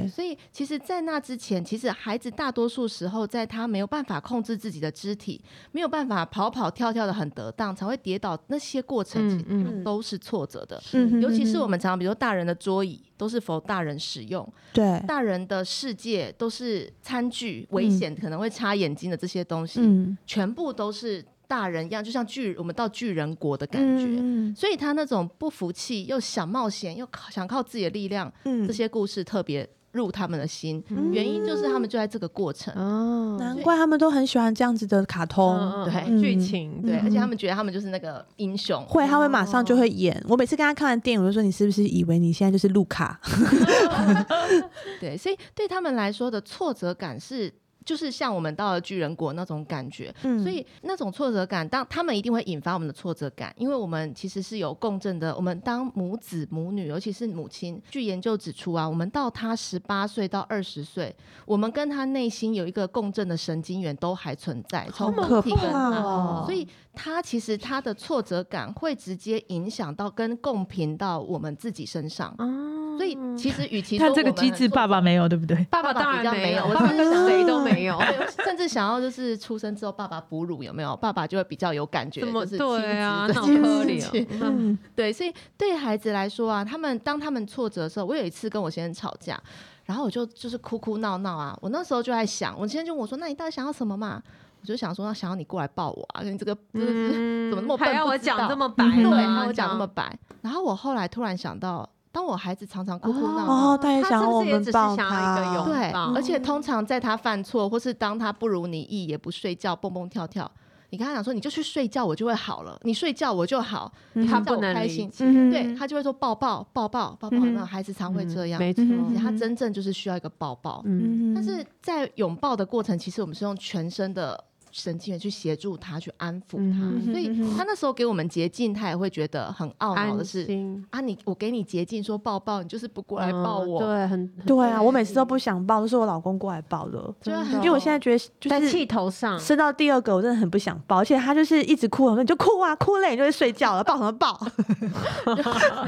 Speaker 1: 对
Speaker 4: 所以其实，在那之前，其实孩子大多数时候，在他没有办法控制自己的肢体，没有办法跑跑跳跳的很得当，才会跌倒。那些过程其
Speaker 2: 嗯
Speaker 4: 实
Speaker 2: 嗯，
Speaker 4: 都是挫折的。
Speaker 1: 嗯哼
Speaker 4: 尤其
Speaker 1: 嗯
Speaker 4: 是
Speaker 1: 哼
Speaker 4: 我们常常，比如说大人的桌椅都是否大人使用，
Speaker 1: 对，
Speaker 4: 大人的世界都是餐具，危险、可能会插眼睛的这些东西，
Speaker 1: 嗯，
Speaker 4: 全部都是大人一样，就像巨我们到巨人国的感觉。
Speaker 1: 嗯
Speaker 4: 所以他那种不服气，又想冒险，又靠想靠自己的力量，
Speaker 1: 嗯
Speaker 4: 这些故事特别入他们的心。
Speaker 1: 嗯
Speaker 4: 原因就是他们就在这个过程，
Speaker 2: 哦，
Speaker 1: 难怪他们都很喜欢这样子的卡通，
Speaker 2: 嗯
Speaker 4: 对
Speaker 2: 嗯剧
Speaker 1: 嗯
Speaker 2: 情
Speaker 4: 对，
Speaker 2: 对，
Speaker 4: 而且他们觉得他们就是那个英雄，
Speaker 1: 会他会马上就会演。我每次跟他看完电影，我就说你是不是以为你现在就是路卡？
Speaker 4: 对，所以对他们来说的挫折感是。就是像我们到了巨人国那种感觉，
Speaker 1: 嗯
Speaker 4: 所以那种挫折感，当他们一定会引发我们的挫折感，因为我们其实是有共振的。我们当母子、母女，尤其是母亲，据研究指出啊，我们到他十八岁到二十岁，我们跟他内心有一个共振的神经元都还存在，
Speaker 1: 好
Speaker 4: 从
Speaker 1: 可
Speaker 4: 母体跟
Speaker 1: 怕
Speaker 4: 他
Speaker 1: 哦
Speaker 4: 所以他其实他的挫折感会直接影响到跟共频到我们自己身上。
Speaker 2: 哦
Speaker 4: 嗯所以其实与其说
Speaker 3: 嗯但这个
Speaker 4: 我们
Speaker 3: 机
Speaker 4: 很
Speaker 3: 制
Speaker 4: 挫
Speaker 3: 爸爸没有，对不对？
Speaker 2: 爸爸
Speaker 4: 爸爸
Speaker 2: 当
Speaker 4: 比
Speaker 2: 然
Speaker 4: 较
Speaker 2: 没
Speaker 4: 没有
Speaker 2: 有，
Speaker 4: 我
Speaker 2: 爸爸
Speaker 4: 真的
Speaker 2: 跟谁都没 没有，
Speaker 4: 对，哦甚至想要就是出生之后爸爸哺乳有没有？爸爸就会比较有感觉，
Speaker 2: 怎么
Speaker 4: 就是
Speaker 2: 对啊？
Speaker 4: 亲
Speaker 2: 那
Speaker 4: 子这
Speaker 2: 好
Speaker 4: 件
Speaker 2: 可
Speaker 4: 事
Speaker 2: 怜
Speaker 4: 情
Speaker 2: 哦。
Speaker 1: 嗯，
Speaker 4: 对，所以对孩子来说啊，他们当他们挫折的时候，我有一次跟我先生吵架，然后我就就是哭哭闹闹啊，我那时候就在想，我先生就问我说：“那你到底想要什么嘛？”我就想说，想要你过来抱我啊，你这个 就是、
Speaker 2: 嗯
Speaker 4: 怎么那么笨
Speaker 2: 还要
Speaker 4: 不
Speaker 2: 我
Speaker 4: 知
Speaker 2: 讲
Speaker 4: 道
Speaker 2: 这么白
Speaker 4: 对，
Speaker 2: 吗？
Speaker 4: 他我
Speaker 2: 这
Speaker 4: 讲那
Speaker 2: 样
Speaker 4: 么白。然后我后来突然想到，当我孩子常常哭哭闹闹。
Speaker 1: 哦，他也
Speaker 2: 他
Speaker 1: 想
Speaker 2: 是
Speaker 1: 要
Speaker 2: 不
Speaker 1: 我
Speaker 2: 是也
Speaker 1: 们
Speaker 2: 只是
Speaker 1: 抱
Speaker 2: 想要一个
Speaker 1: 他，
Speaker 2: 拥
Speaker 4: 对
Speaker 2: 抱，
Speaker 4: 而且通常在他犯错，或是当他不如你意，也不睡觉，蹦蹦跳跳，你跟他讲说，你就去睡觉，我就会好了，你睡觉我就好，
Speaker 1: 嗯
Speaker 4: 你
Speaker 2: 他
Speaker 4: 睡觉
Speaker 2: 不
Speaker 4: 我
Speaker 2: 能
Speaker 4: 开
Speaker 2: 理
Speaker 4: 心，
Speaker 2: 解
Speaker 1: 嗯，
Speaker 4: 对，他就会说抱抱抱抱抱抱，
Speaker 1: 嗯哼
Speaker 4: 那孩子常会这样，
Speaker 2: 没错
Speaker 1: 嗯，
Speaker 4: 而 且
Speaker 1: 哼
Speaker 4: 他真正就是需要一个抱抱。
Speaker 1: 嗯，
Speaker 2: 嗯，
Speaker 4: 但是在拥抱的过程，其实我们是用全身的神经元去协助他，去安抚他。
Speaker 2: 嗯
Speaker 1: 哼
Speaker 4: 所以
Speaker 1: 嗯哼
Speaker 4: 他那时候给我们捷径，他也会觉得很懊恼的
Speaker 2: 安
Speaker 4: 是
Speaker 2: 心
Speaker 4: 啊，你我给你捷径说抱抱，你就是不过来抱
Speaker 2: 嗯
Speaker 4: 我，
Speaker 2: 对，很很
Speaker 1: 对啊，我每次都不想抱，都是我老公过来抱的，
Speaker 4: 就会很
Speaker 1: 因为我现在觉得
Speaker 4: 嗯
Speaker 2: 在
Speaker 1: 就是
Speaker 2: 气头上，
Speaker 1: 生到第二个，我真的很不想抱，而且他就是一直哭，我说你就哭啊，哭累你就会睡觉了，抱什么抱？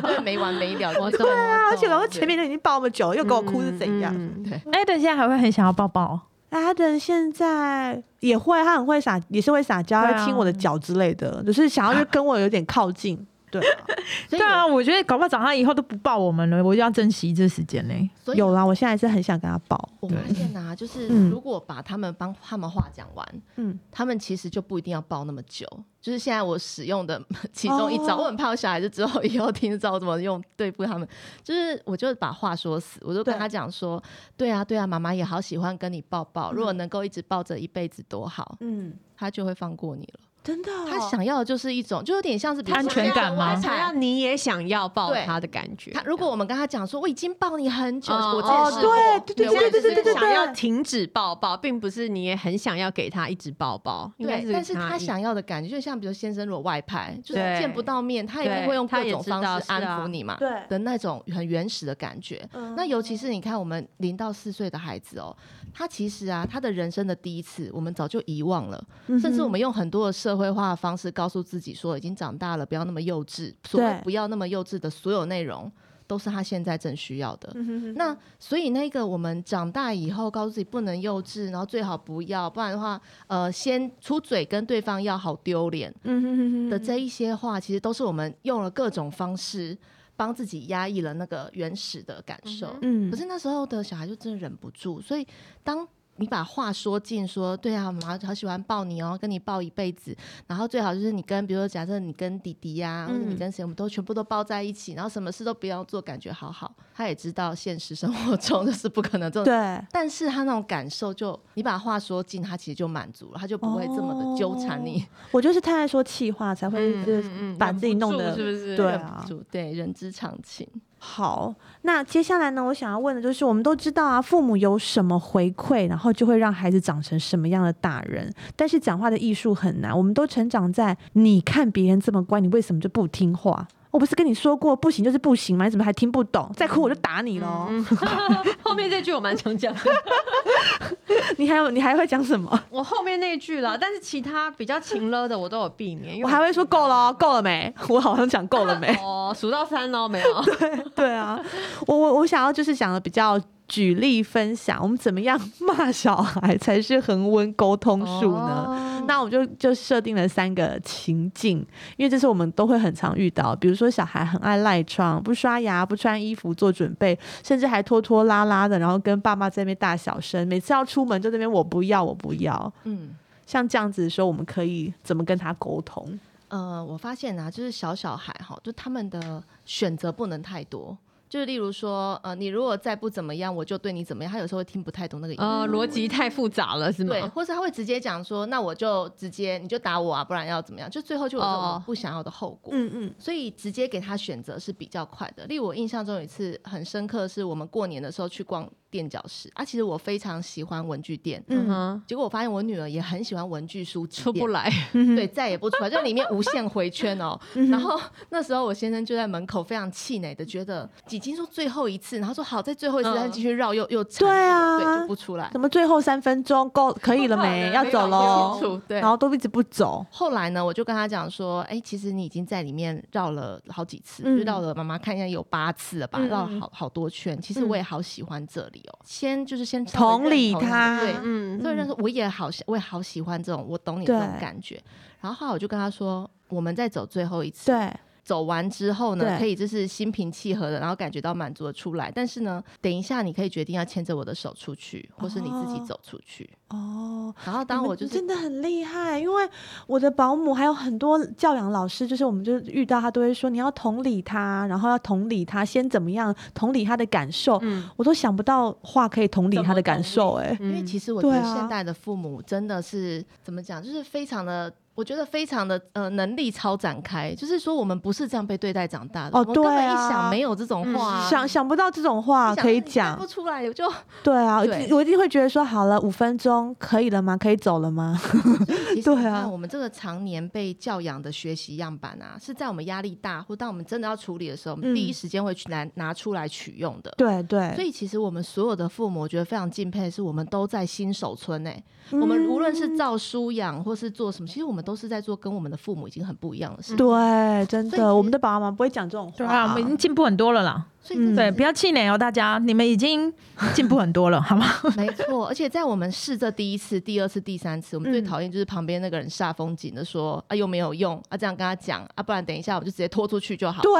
Speaker 4: 对没完没了。
Speaker 2: 我
Speaker 4: 就是
Speaker 2: 懂
Speaker 1: 啊
Speaker 2: 我
Speaker 1: 而且
Speaker 4: 哦
Speaker 1: 老公
Speaker 2: 懂
Speaker 1: 前面就已经抱那么久， 又给我哭是怎样？
Speaker 2: 嗯嗯嗯
Speaker 3: 艾顿现在还会很想要抱抱，
Speaker 1: 阿等现在也会，他很会撒，也是会撒娇，
Speaker 3: 对
Speaker 1: 会
Speaker 3: 啊
Speaker 1: 亲我的脚之类的，只是想要就跟我有点靠近。对啊，
Speaker 4: 所以
Speaker 3: 对啊，我觉得搞不好长大以后都不抱我们了，我就要珍惜这时间嘞。
Speaker 4: 所以
Speaker 1: 有啦，我现在是很想跟他抱。
Speaker 4: 我发现啊，就是
Speaker 1: 嗯
Speaker 4: 如果把他们帮他们话讲完，
Speaker 1: 嗯，
Speaker 4: 他们其实就不一定要抱那么久。就是现在我使用的其中一
Speaker 1: 哦
Speaker 4: 招，我很怕我小孩子之后以后听知道我怎么用对付他们。就是我就把话说死，我就跟
Speaker 1: 对
Speaker 4: 他讲说，对啊对啊，妈妈也好喜欢跟你抱抱，如果能够一直抱着一辈子多好，
Speaker 1: 嗯，
Speaker 4: 他就会放过你了。
Speaker 1: 真的哦、
Speaker 4: 他想要的就是一种，就有点像是比如说
Speaker 3: 安全感吗
Speaker 4: 像我
Speaker 2: 想要你也想要抱
Speaker 4: 对
Speaker 2: 他的感觉。
Speaker 4: 他如果我们跟他讲说，我已经抱你很久，
Speaker 2: 哦
Speaker 4: 我之
Speaker 2: 哦
Speaker 4: 前试过
Speaker 1: 对对对
Speaker 4: 我也
Speaker 1: 对对
Speaker 4: 试
Speaker 1: 对对对
Speaker 4: 过
Speaker 2: 想要停止抱抱，并不是你也很想要给他一直抱抱，应该
Speaker 4: 对，但是他
Speaker 2: 他
Speaker 4: 想要的感觉，就像比如先生如果外派，就是
Speaker 2: 对
Speaker 4: 见不到面，他一定
Speaker 2: 对
Speaker 4: 会用
Speaker 2: 他
Speaker 4: 各
Speaker 2: 也
Speaker 4: 种
Speaker 2: 知
Speaker 4: 方
Speaker 2: 道
Speaker 4: 式
Speaker 2: 是
Speaker 4: 安
Speaker 2: 啊
Speaker 4: 抚你嘛
Speaker 1: 对
Speaker 4: 的那种很原始的感觉。
Speaker 1: 嗯
Speaker 4: 那尤其是你看我们零到四岁的孩子哦，他其实啊，他的人生的第一次，我们早就遗忘了，
Speaker 1: 嗯
Speaker 4: 甚至我们用很多的社会化的方式告诉自己说，已经长大了，不要那么幼稚。所谓
Speaker 1: 对
Speaker 4: 不要那么幼稚的所有内容，都是他现在正需要的。
Speaker 1: 嗯
Speaker 4: 那所以那个我们长大以后，告诉自己不能幼稚，然后最好不要，不然的话，呃，先出嘴跟对方要好丢脸
Speaker 1: 嗯哼哼哼
Speaker 4: 的这一些话，其实都是我们用了各种方式帮自己压抑了那个原始的感受。
Speaker 1: 嗯
Speaker 4: 可是那时候的小孩就真的忍不住，所以当你把话说尽，说对啊，妈妈好喜欢抱你哦，跟你抱一辈子，然后最好就是你跟，比如说假设你跟弟弟呀、或者你
Speaker 1: 嗯
Speaker 4: 跟谁，我们都全部都抱在一起，然后什么事都不要做，感觉好好。他也知道现实生活中 就是不可能这种，
Speaker 1: 对。
Speaker 4: 但是他那种感受就，你把话说尽，他其实就满足了，他就不会这么的纠
Speaker 1: 哦
Speaker 4: 缠你，
Speaker 1: 我就是太爱说气话，才
Speaker 2: 嗯
Speaker 1: 会
Speaker 4: 嗯
Speaker 1: 就是把自己弄得、
Speaker 2: 是不是？
Speaker 1: 对
Speaker 4: 忍
Speaker 1: 啊
Speaker 4: 不住，对，人之常情。
Speaker 1: 好。那接下来呢，我想要问的就是，我们都知道啊，父母有什么回馈，然后就会让孩子长成什么样的大人。但是讲话的艺术很难，我们都成长在你看别人这么乖，你为什么就不听话？我不是跟你说过不行就是不行吗？你怎么还听不懂？再哭我就打你喽！
Speaker 2: 嗯后面这句我蛮常讲的，嗯
Speaker 1: 你还有你还会讲什么？
Speaker 2: 我后面那一句啦，但是其他比较勤了的我都有避免，因为
Speaker 1: 我还会说够了哦，够了没？我好像讲够了 没？
Speaker 2: 哦，数到三喽，没有，
Speaker 1: 对啊，我我我想要就是想的比较举例分享，我们怎么样 骂小孩才是恒温沟通术呢？
Speaker 2: 哦
Speaker 1: 那我们就就设定了三个情境，因为这是我们都会很常遇到，比如说小孩很爱赖床、不刷牙、不穿衣服做准备，甚至还拖拖拉拉的，然后跟爸妈在那边大小声，每次要出门就在那边我不要我不要，
Speaker 4: 嗯，
Speaker 1: 像这样子的时候，我们可以怎么跟他沟通？
Speaker 4: 呃，我发现啊，就是小小孩哈，就他们的选择不能太多。就是例如说，呃，你如果再不怎么样，我就对你怎么样。他有时候会听不太懂那个意思，
Speaker 2: 呃，逻辑太复杂了，是
Speaker 4: 对，
Speaker 2: 吗？嗯
Speaker 4: 或是他会直接讲说，那我就直接你就打我啊，不然要怎么样？就最后就有这种
Speaker 2: 哦
Speaker 4: 不想要的后果。
Speaker 1: 嗯嗯
Speaker 4: 所以直接给他选择是比较快的。例如我印象中有一次很深刻，是我们过年的时候去逛垫脚石啊，其实我非常喜欢文具店，
Speaker 2: 嗯
Speaker 1: 嗯
Speaker 2: 哼，
Speaker 4: 结果我发现我女儿也很喜欢文具书籍
Speaker 2: 出
Speaker 4: 店
Speaker 2: 不来，
Speaker 1: 嗯，
Speaker 4: 对，再也不出来，就里面无限回 圈哦。然后那时候我先生就在门口非常气馁的，觉得已经说最后一次，然后说好在最后一次，
Speaker 2: 嗯
Speaker 4: 他继续绕又又缠
Speaker 1: 对啊
Speaker 4: 对，就不出来，
Speaker 1: 怎么最后三分钟够可以了没？要走喽
Speaker 4: 不清。楚对
Speaker 1: 然。后都一直不走。
Speaker 4: 后来呢，我就跟他讲说，哎、其实你已经在里面绕了好几次，
Speaker 1: 嗯
Speaker 4: 就绕了妈妈看一下有八次了吧，
Speaker 1: 嗯
Speaker 4: 绕了好好多圈。其实我也好喜欢这里，理哦，先就是先稍微
Speaker 1: 同
Speaker 4: 认
Speaker 1: 理
Speaker 4: 同一下
Speaker 1: 他
Speaker 4: 对，
Speaker 2: 嗯，
Speaker 4: 所以那
Speaker 1: 嗯
Speaker 4: 时候我也好喜，我也好喜欢这种我懂你这种
Speaker 1: 对
Speaker 4: 感觉。然后后来我就跟他说，我们再走最后一次，
Speaker 1: 对，
Speaker 4: 走完之后
Speaker 1: 对
Speaker 4: 呢，可以就是心平气和的，然后感觉到满足的出来。但是呢，等一下你可以决定要牵着我的手出去，或是你自己
Speaker 1: 哦
Speaker 4: 走出去。
Speaker 1: 哦，
Speaker 4: 然后当
Speaker 1: 你
Speaker 4: 我
Speaker 1: 们
Speaker 4: 就是
Speaker 1: 真的很厉害，因为我的保姆还有很多教养老师，就是我们就是遇到他都会说你要同理他，然后要同理他，先怎么样同理他的感受，
Speaker 2: 嗯，
Speaker 1: 我都想不到话可以同理
Speaker 4: 怎
Speaker 1: 他
Speaker 4: 么
Speaker 1: 的感
Speaker 4: 同
Speaker 1: 受、哎、
Speaker 4: 因为其
Speaker 2: 实
Speaker 4: 实我觉
Speaker 1: 对
Speaker 4: 得
Speaker 1: 啊
Speaker 4: 现代的父母真的是、怎么讲，就是非常的，我觉得非常的呃能力超展开，就是说我们不是这样被对待长大的，
Speaker 1: 哦
Speaker 4: 我们根本
Speaker 1: 对啊
Speaker 4: 一想没有这种
Speaker 2: 嗯
Speaker 4: 话啊、
Speaker 1: 想想不到这种话
Speaker 4: 一想
Speaker 1: 可以
Speaker 4: 你看
Speaker 1: 讲
Speaker 4: 不，出来，我就
Speaker 1: 对啊，我
Speaker 4: 对
Speaker 1: 我一定会觉得说好了，五分钟可以了吗？可以走了吗？
Speaker 4: 其实
Speaker 1: 对
Speaker 4: 你看
Speaker 1: 啊
Speaker 4: 我们这个常年被教养的学习样板啊，是在我们压力大或当我们真的要处理的时候，我们第一
Speaker 1: 嗯
Speaker 4: 时间会去拿拿出来取用的。
Speaker 1: 对对，
Speaker 4: 所以其实我们所有的父母，我觉得非常敬佩，是我们都在新手村诶、
Speaker 1: 嗯
Speaker 4: 我们无论是照书养或是做什么，其实我们都是在做跟我们的父母已经很不一样的
Speaker 1: 嗯
Speaker 4: 事。
Speaker 1: 对，真
Speaker 4: 所以其
Speaker 1: 的，我
Speaker 4: 实
Speaker 1: 们的爸爸妈妈不会讲这种话，
Speaker 3: 对啊，我们已经进步很多了啦。
Speaker 4: 所
Speaker 1: 嗯
Speaker 4: 以这对，
Speaker 3: 对，不要气馁哦，大家，你们已经进步很多了，好 吗？
Speaker 4: 没错。而且在我们试这第一次、第二次、第三次，我
Speaker 1: 嗯
Speaker 4: 们最讨厌就是旁边那个人煞风景的说啊又没有用啊，这样跟他讲啊，不然等一下我就直接拖出去就好。
Speaker 1: 对。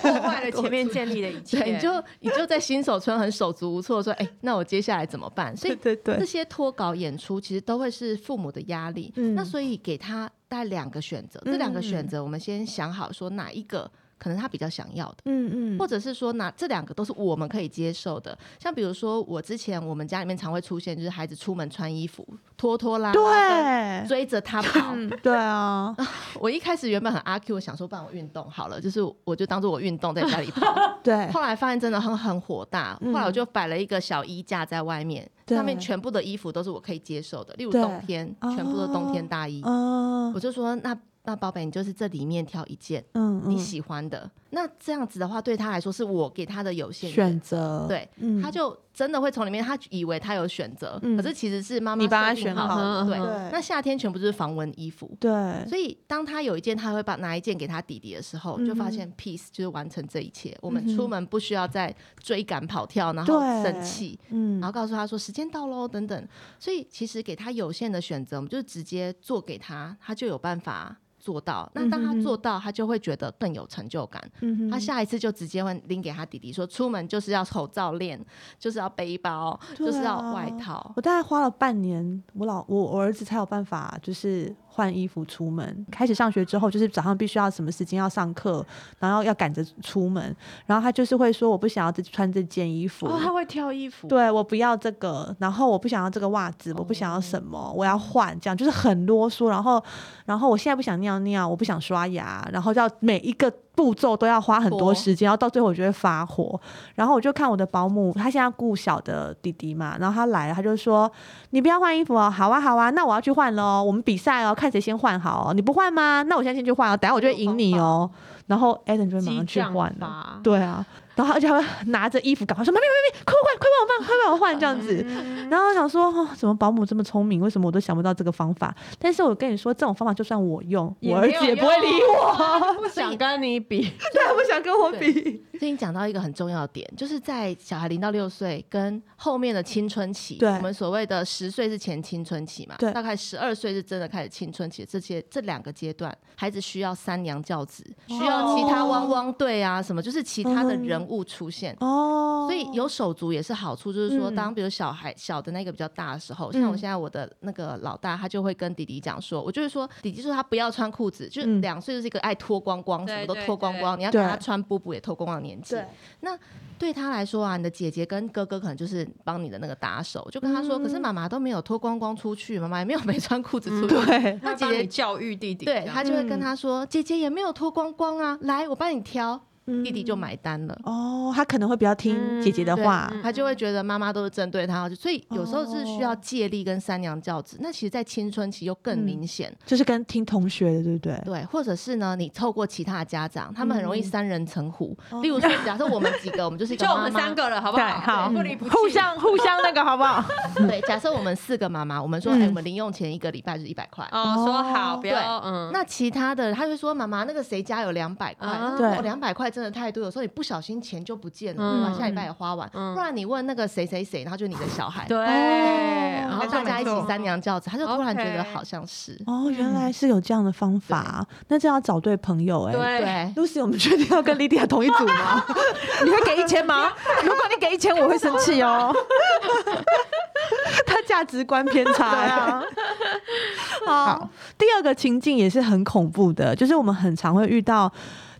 Speaker 2: 破坏了前面建立的一 切，
Speaker 4: 对，你就你就在新手村很手足无措，说， 哎、那我接下来怎么办？所以
Speaker 1: 对对
Speaker 4: 这些脱稿演出其实都会是父母的压力。
Speaker 1: 嗯
Speaker 4: 那所以给他带两个选择，这两个选择我们先想好，说哪一个可能他比较想要的。
Speaker 1: 嗯嗯，
Speaker 4: 或者是说哪这两个都是我们可以接受的，像比如说我之前我们家里面常会出现，就是孩子出门穿衣服拖拖拉拉
Speaker 1: 对
Speaker 4: 跟，追着 他跑，
Speaker 1: 嗯，对啊，
Speaker 4: 我一开始原本很阿 Q，我想说不然我运动好了，就是我就当做我运动在家里跑，
Speaker 1: 对，
Speaker 4: 后来发现真的很很火大，
Speaker 1: 哎嗯
Speaker 4: 后来我就摆了一个小衣架在外面，
Speaker 1: 对
Speaker 4: 上面全部的衣服都是我可以接受的，例如
Speaker 1: 对
Speaker 4: 冬天，
Speaker 1: 哦
Speaker 4: 全部都冬天大衣，
Speaker 1: 嗯
Speaker 4: 我就说那那宝贝，你就是这里面挑一件
Speaker 1: 嗯，
Speaker 4: 你
Speaker 1: 嗯
Speaker 4: 喜欢的，那这样子的话，对他来说是我给他的有限
Speaker 1: 选
Speaker 4: 权，
Speaker 1: 择，
Speaker 4: 对，
Speaker 1: 嗯
Speaker 4: 他就真的会从里面，他以为他有选择，
Speaker 1: 嗯
Speaker 4: 可是其实是妈妈
Speaker 1: 你帮他
Speaker 4: 设定
Speaker 1: 选
Speaker 4: 好
Speaker 2: 好
Speaker 4: 的，
Speaker 2: 嗯
Speaker 4: 对
Speaker 2: 嗯
Speaker 1: 嗯，
Speaker 4: 那夏天全部就是防蚊衣服。
Speaker 1: 对，
Speaker 4: 所以，当他有一件，他会把拿一件给他弟弟的时候，就发现 peace 就是完成这一切。我们
Speaker 1: 嗯嗯哼
Speaker 4: 出门不需要再追赶跑跳，然后
Speaker 1: 对
Speaker 4: 生气，
Speaker 1: 嗯
Speaker 4: 然后告诉他说时间到喽等等。所以，其实给他有限的选择，我们就直接做给他，他就有办法做到。那当他
Speaker 1: 嗯哼
Speaker 4: 做到，他就会觉得更有成就感。
Speaker 1: 嗯哼
Speaker 4: 他下一次就直接会拎给他弟弟说，出门就是要口罩链，就是要背包，
Speaker 1: 对
Speaker 4: 就是要
Speaker 1: 啊
Speaker 4: 外套。
Speaker 1: 我大概花了半年，我老我我儿子才有办法，就是换衣服出门。开始上学之后，就是早上必须要什么时间要上课，然后要赶着出门，然后他就是会说我不想要这穿这件衣服，
Speaker 2: 哦，他会挑衣服，
Speaker 1: 对我不要这个，然后我不想要这个袜子，我不想要什么，我要换，这样就是很啰嗦。然后，然后我现在不想尿尿，我不想刷牙，然后要每一个步骤都要花很多
Speaker 4: 火
Speaker 1: 时间，然后到最后我就会发火。然后我就看我的保姆，她现在顾小的弟弟嘛，然后他来了，他就说：“你不要换衣服哦，好啊好啊，那我要去换喽，我们比赛哦，看谁先换好哦，你不换吗？那我现在先去换哦，等下我就会赢你哦。”然后 Adam 就会马上去换了。
Speaker 2: 了，
Speaker 1: 对啊，然后而且还会拿着衣服赶快说：“妈咪妈咪，快快快帮我换，快帮我换！”这样子。
Speaker 2: 嗯
Speaker 1: 然后我想说，哦，怎么保姆这么聪明？为什么我都想不到这个方法？但是我跟你说，这种方法就算我用，
Speaker 2: 也
Speaker 1: 我儿
Speaker 2: 没有
Speaker 1: 子也不会理我，
Speaker 2: 不想跟 你比，
Speaker 1: 他不想跟我比。
Speaker 4: 所以你讲到一个很重要的点，就是在小孩零到六岁跟后面的青春期，
Speaker 1: 对
Speaker 4: 我们所谓的十岁是前青春期嘛，
Speaker 1: 对
Speaker 4: 大概十二岁是真的开始青春期，这些这两个阶段，孩子需要三娘教子，需
Speaker 1: 哦
Speaker 4: 要其他汪汪队啊什么，就是其他的人物出现。
Speaker 1: 哦，
Speaker 4: 所以 有手足也是好处，就是说，
Speaker 1: 嗯
Speaker 4: 当比如小孩小的那个比较大的时候，
Speaker 1: 嗯
Speaker 4: 像我现在我的那个老大，他就会跟弟弟讲说，我就是说，弟弟说他不要穿裤子，就是
Speaker 1: 嗯
Speaker 4: 两岁就是一个爱脱光光，
Speaker 2: 对
Speaker 4: 什么都
Speaker 2: 对
Speaker 4: 脱光光，你要
Speaker 1: 对
Speaker 4: 给他穿布布也脱光光的年纪。对他来说啊，你的姐姐跟哥哥可能就是帮你的那个打手，就跟他说，
Speaker 1: 嗯
Speaker 4: 可是妈妈都没有脱光光出去，妈妈也没有没穿裤
Speaker 2: 嗯
Speaker 4: 子出去。
Speaker 1: 对，
Speaker 2: 他
Speaker 4: 那姐
Speaker 2: 帮你
Speaker 4: 姐
Speaker 2: 教育弟弟这
Speaker 4: 对
Speaker 2: 样，
Speaker 4: 他就会
Speaker 1: 嗯
Speaker 4: 跟他说，姐姐也没有脱光光啊，来我帮你挑，弟弟就
Speaker 1: 嗯
Speaker 4: 买单了。
Speaker 1: 哦，他可能会比较听姐姐的
Speaker 4: 对
Speaker 1: 话。
Speaker 2: 嗯
Speaker 4: 他就会觉得妈妈都是针对他，所以有时候是需要
Speaker 1: 哦
Speaker 4: 借力跟三娘教子。那其实，在青春期又更
Speaker 1: 嗯
Speaker 4: 明显，
Speaker 1: 就是跟听同学的，对不对？
Speaker 4: 对，或者是呢，你透过其他的家长，他们很容易
Speaker 1: 嗯
Speaker 4: 三人成虎。
Speaker 1: 哦
Speaker 4: 例如说，假设我们几个，我们就是一个
Speaker 2: 就我们
Speaker 4: 妈妈
Speaker 2: 三个了，好不
Speaker 3: 对
Speaker 2: 好？
Speaker 3: 好
Speaker 2: 不离不弃，
Speaker 3: 互相互相那个好不好？
Speaker 4: 对，假设我们四个妈妈，我们说，
Speaker 1: 嗯
Speaker 4: 哎、我们零用钱一个礼拜就是一百块。
Speaker 2: 哦，说好，不
Speaker 4: 对
Speaker 2: 要嗯，
Speaker 4: 那其他的，他会说：“妈妈，那个谁家有两百块哦
Speaker 2: 啊？
Speaker 1: 对
Speaker 4: 两百块真的太多，有时候你不小心钱就不见
Speaker 2: 嗯
Speaker 4: 了，把、下礼拜也花完，
Speaker 2: 嗯
Speaker 4: 不然你问那个谁谁谁，然后就你的小孩，
Speaker 2: 对，
Speaker 3: 然
Speaker 4: 然
Speaker 2: 哦
Speaker 3: 没
Speaker 4: 后
Speaker 3: 错
Speaker 4: 大家一
Speaker 3: 没错
Speaker 4: 起三娘教子，他就突然觉得
Speaker 2: OK
Speaker 4: 好像是。
Speaker 1: 哦，原来是有这样的方法、那这要找对朋友哎、
Speaker 2: 对
Speaker 1: Lucy，我们确定要跟 Lydia 同一组吗？
Speaker 3: 你会给一千吗？如果你给一千，我会生气哦。
Speaker 1: 他价值观偏差、啊。好，第二个情境也是很恐怖的，就是我们很常会遇到。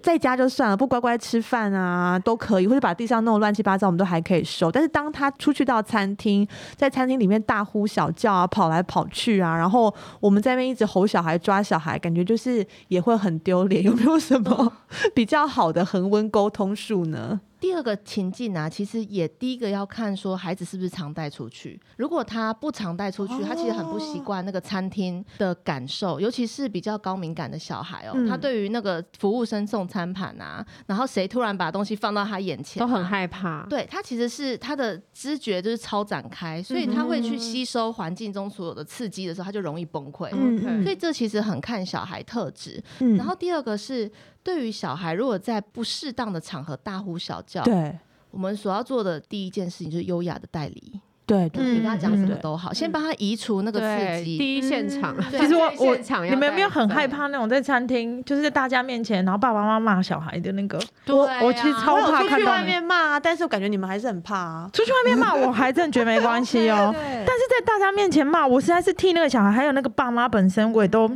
Speaker 1: 在家就算了，不乖乖吃饭啊都可以，或者把地上弄得乱七八糟，我们都还可以收。但是当他出去到餐厅，在餐厅里面大呼小叫啊，跑来跑去啊，然后我们在那边一直吼小孩、抓小孩，感觉就是也会很丢脸。有没有什么
Speaker 3: 嗯
Speaker 1: 比较好的恒温沟通术呢？
Speaker 4: 第二个情境啊，其实也第一个要看说孩子是不是常带出去。如果他不常带出去，他其实很不习惯那个餐厅的感受，尤其是比较高敏感的小孩哦，
Speaker 1: 嗯
Speaker 4: 他对于那个服务生送餐盘啊，然后谁突然把东西放到他眼前、
Speaker 2: 都很。害怕。
Speaker 4: 对他其实是他的知觉就是超展开，所以他会去吸收环境中所有的刺激的时候，他就容易崩溃。
Speaker 2: 嗯嗯
Speaker 4: 所以这其实很看小孩特质。
Speaker 1: 嗯
Speaker 4: 然后第二个是，对于小孩如果在不适当的场合大呼小叫，
Speaker 1: 对
Speaker 4: 我们所要做的第一件事情就是优雅的带离，
Speaker 1: 对对，
Speaker 2: 嗯
Speaker 4: 你跟他讲什么
Speaker 1: 嗯
Speaker 4: 都好，先帮他移除那个
Speaker 2: 对
Speaker 4: 刺激。
Speaker 2: 第一现场，
Speaker 4: 对
Speaker 3: 其实我
Speaker 2: 在
Speaker 3: 我
Speaker 2: 现场要
Speaker 3: 你们有没有
Speaker 2: 带
Speaker 3: 很害怕那种在餐厅，就是在大家面前，然后爸爸妈妈骂小孩的那个？
Speaker 2: 对啊
Speaker 3: 我我其实超
Speaker 1: 我有
Speaker 3: 怕
Speaker 1: 出
Speaker 3: 看
Speaker 1: 去
Speaker 3: 到
Speaker 1: 外
Speaker 3: 你
Speaker 1: 面骂啊，但是我感觉你们还是很怕啊。
Speaker 3: 出去外面骂，我还真的觉得没关系哦。但是在大家面前骂，我实在是替那个小孩，还有那个爸妈本身，我也都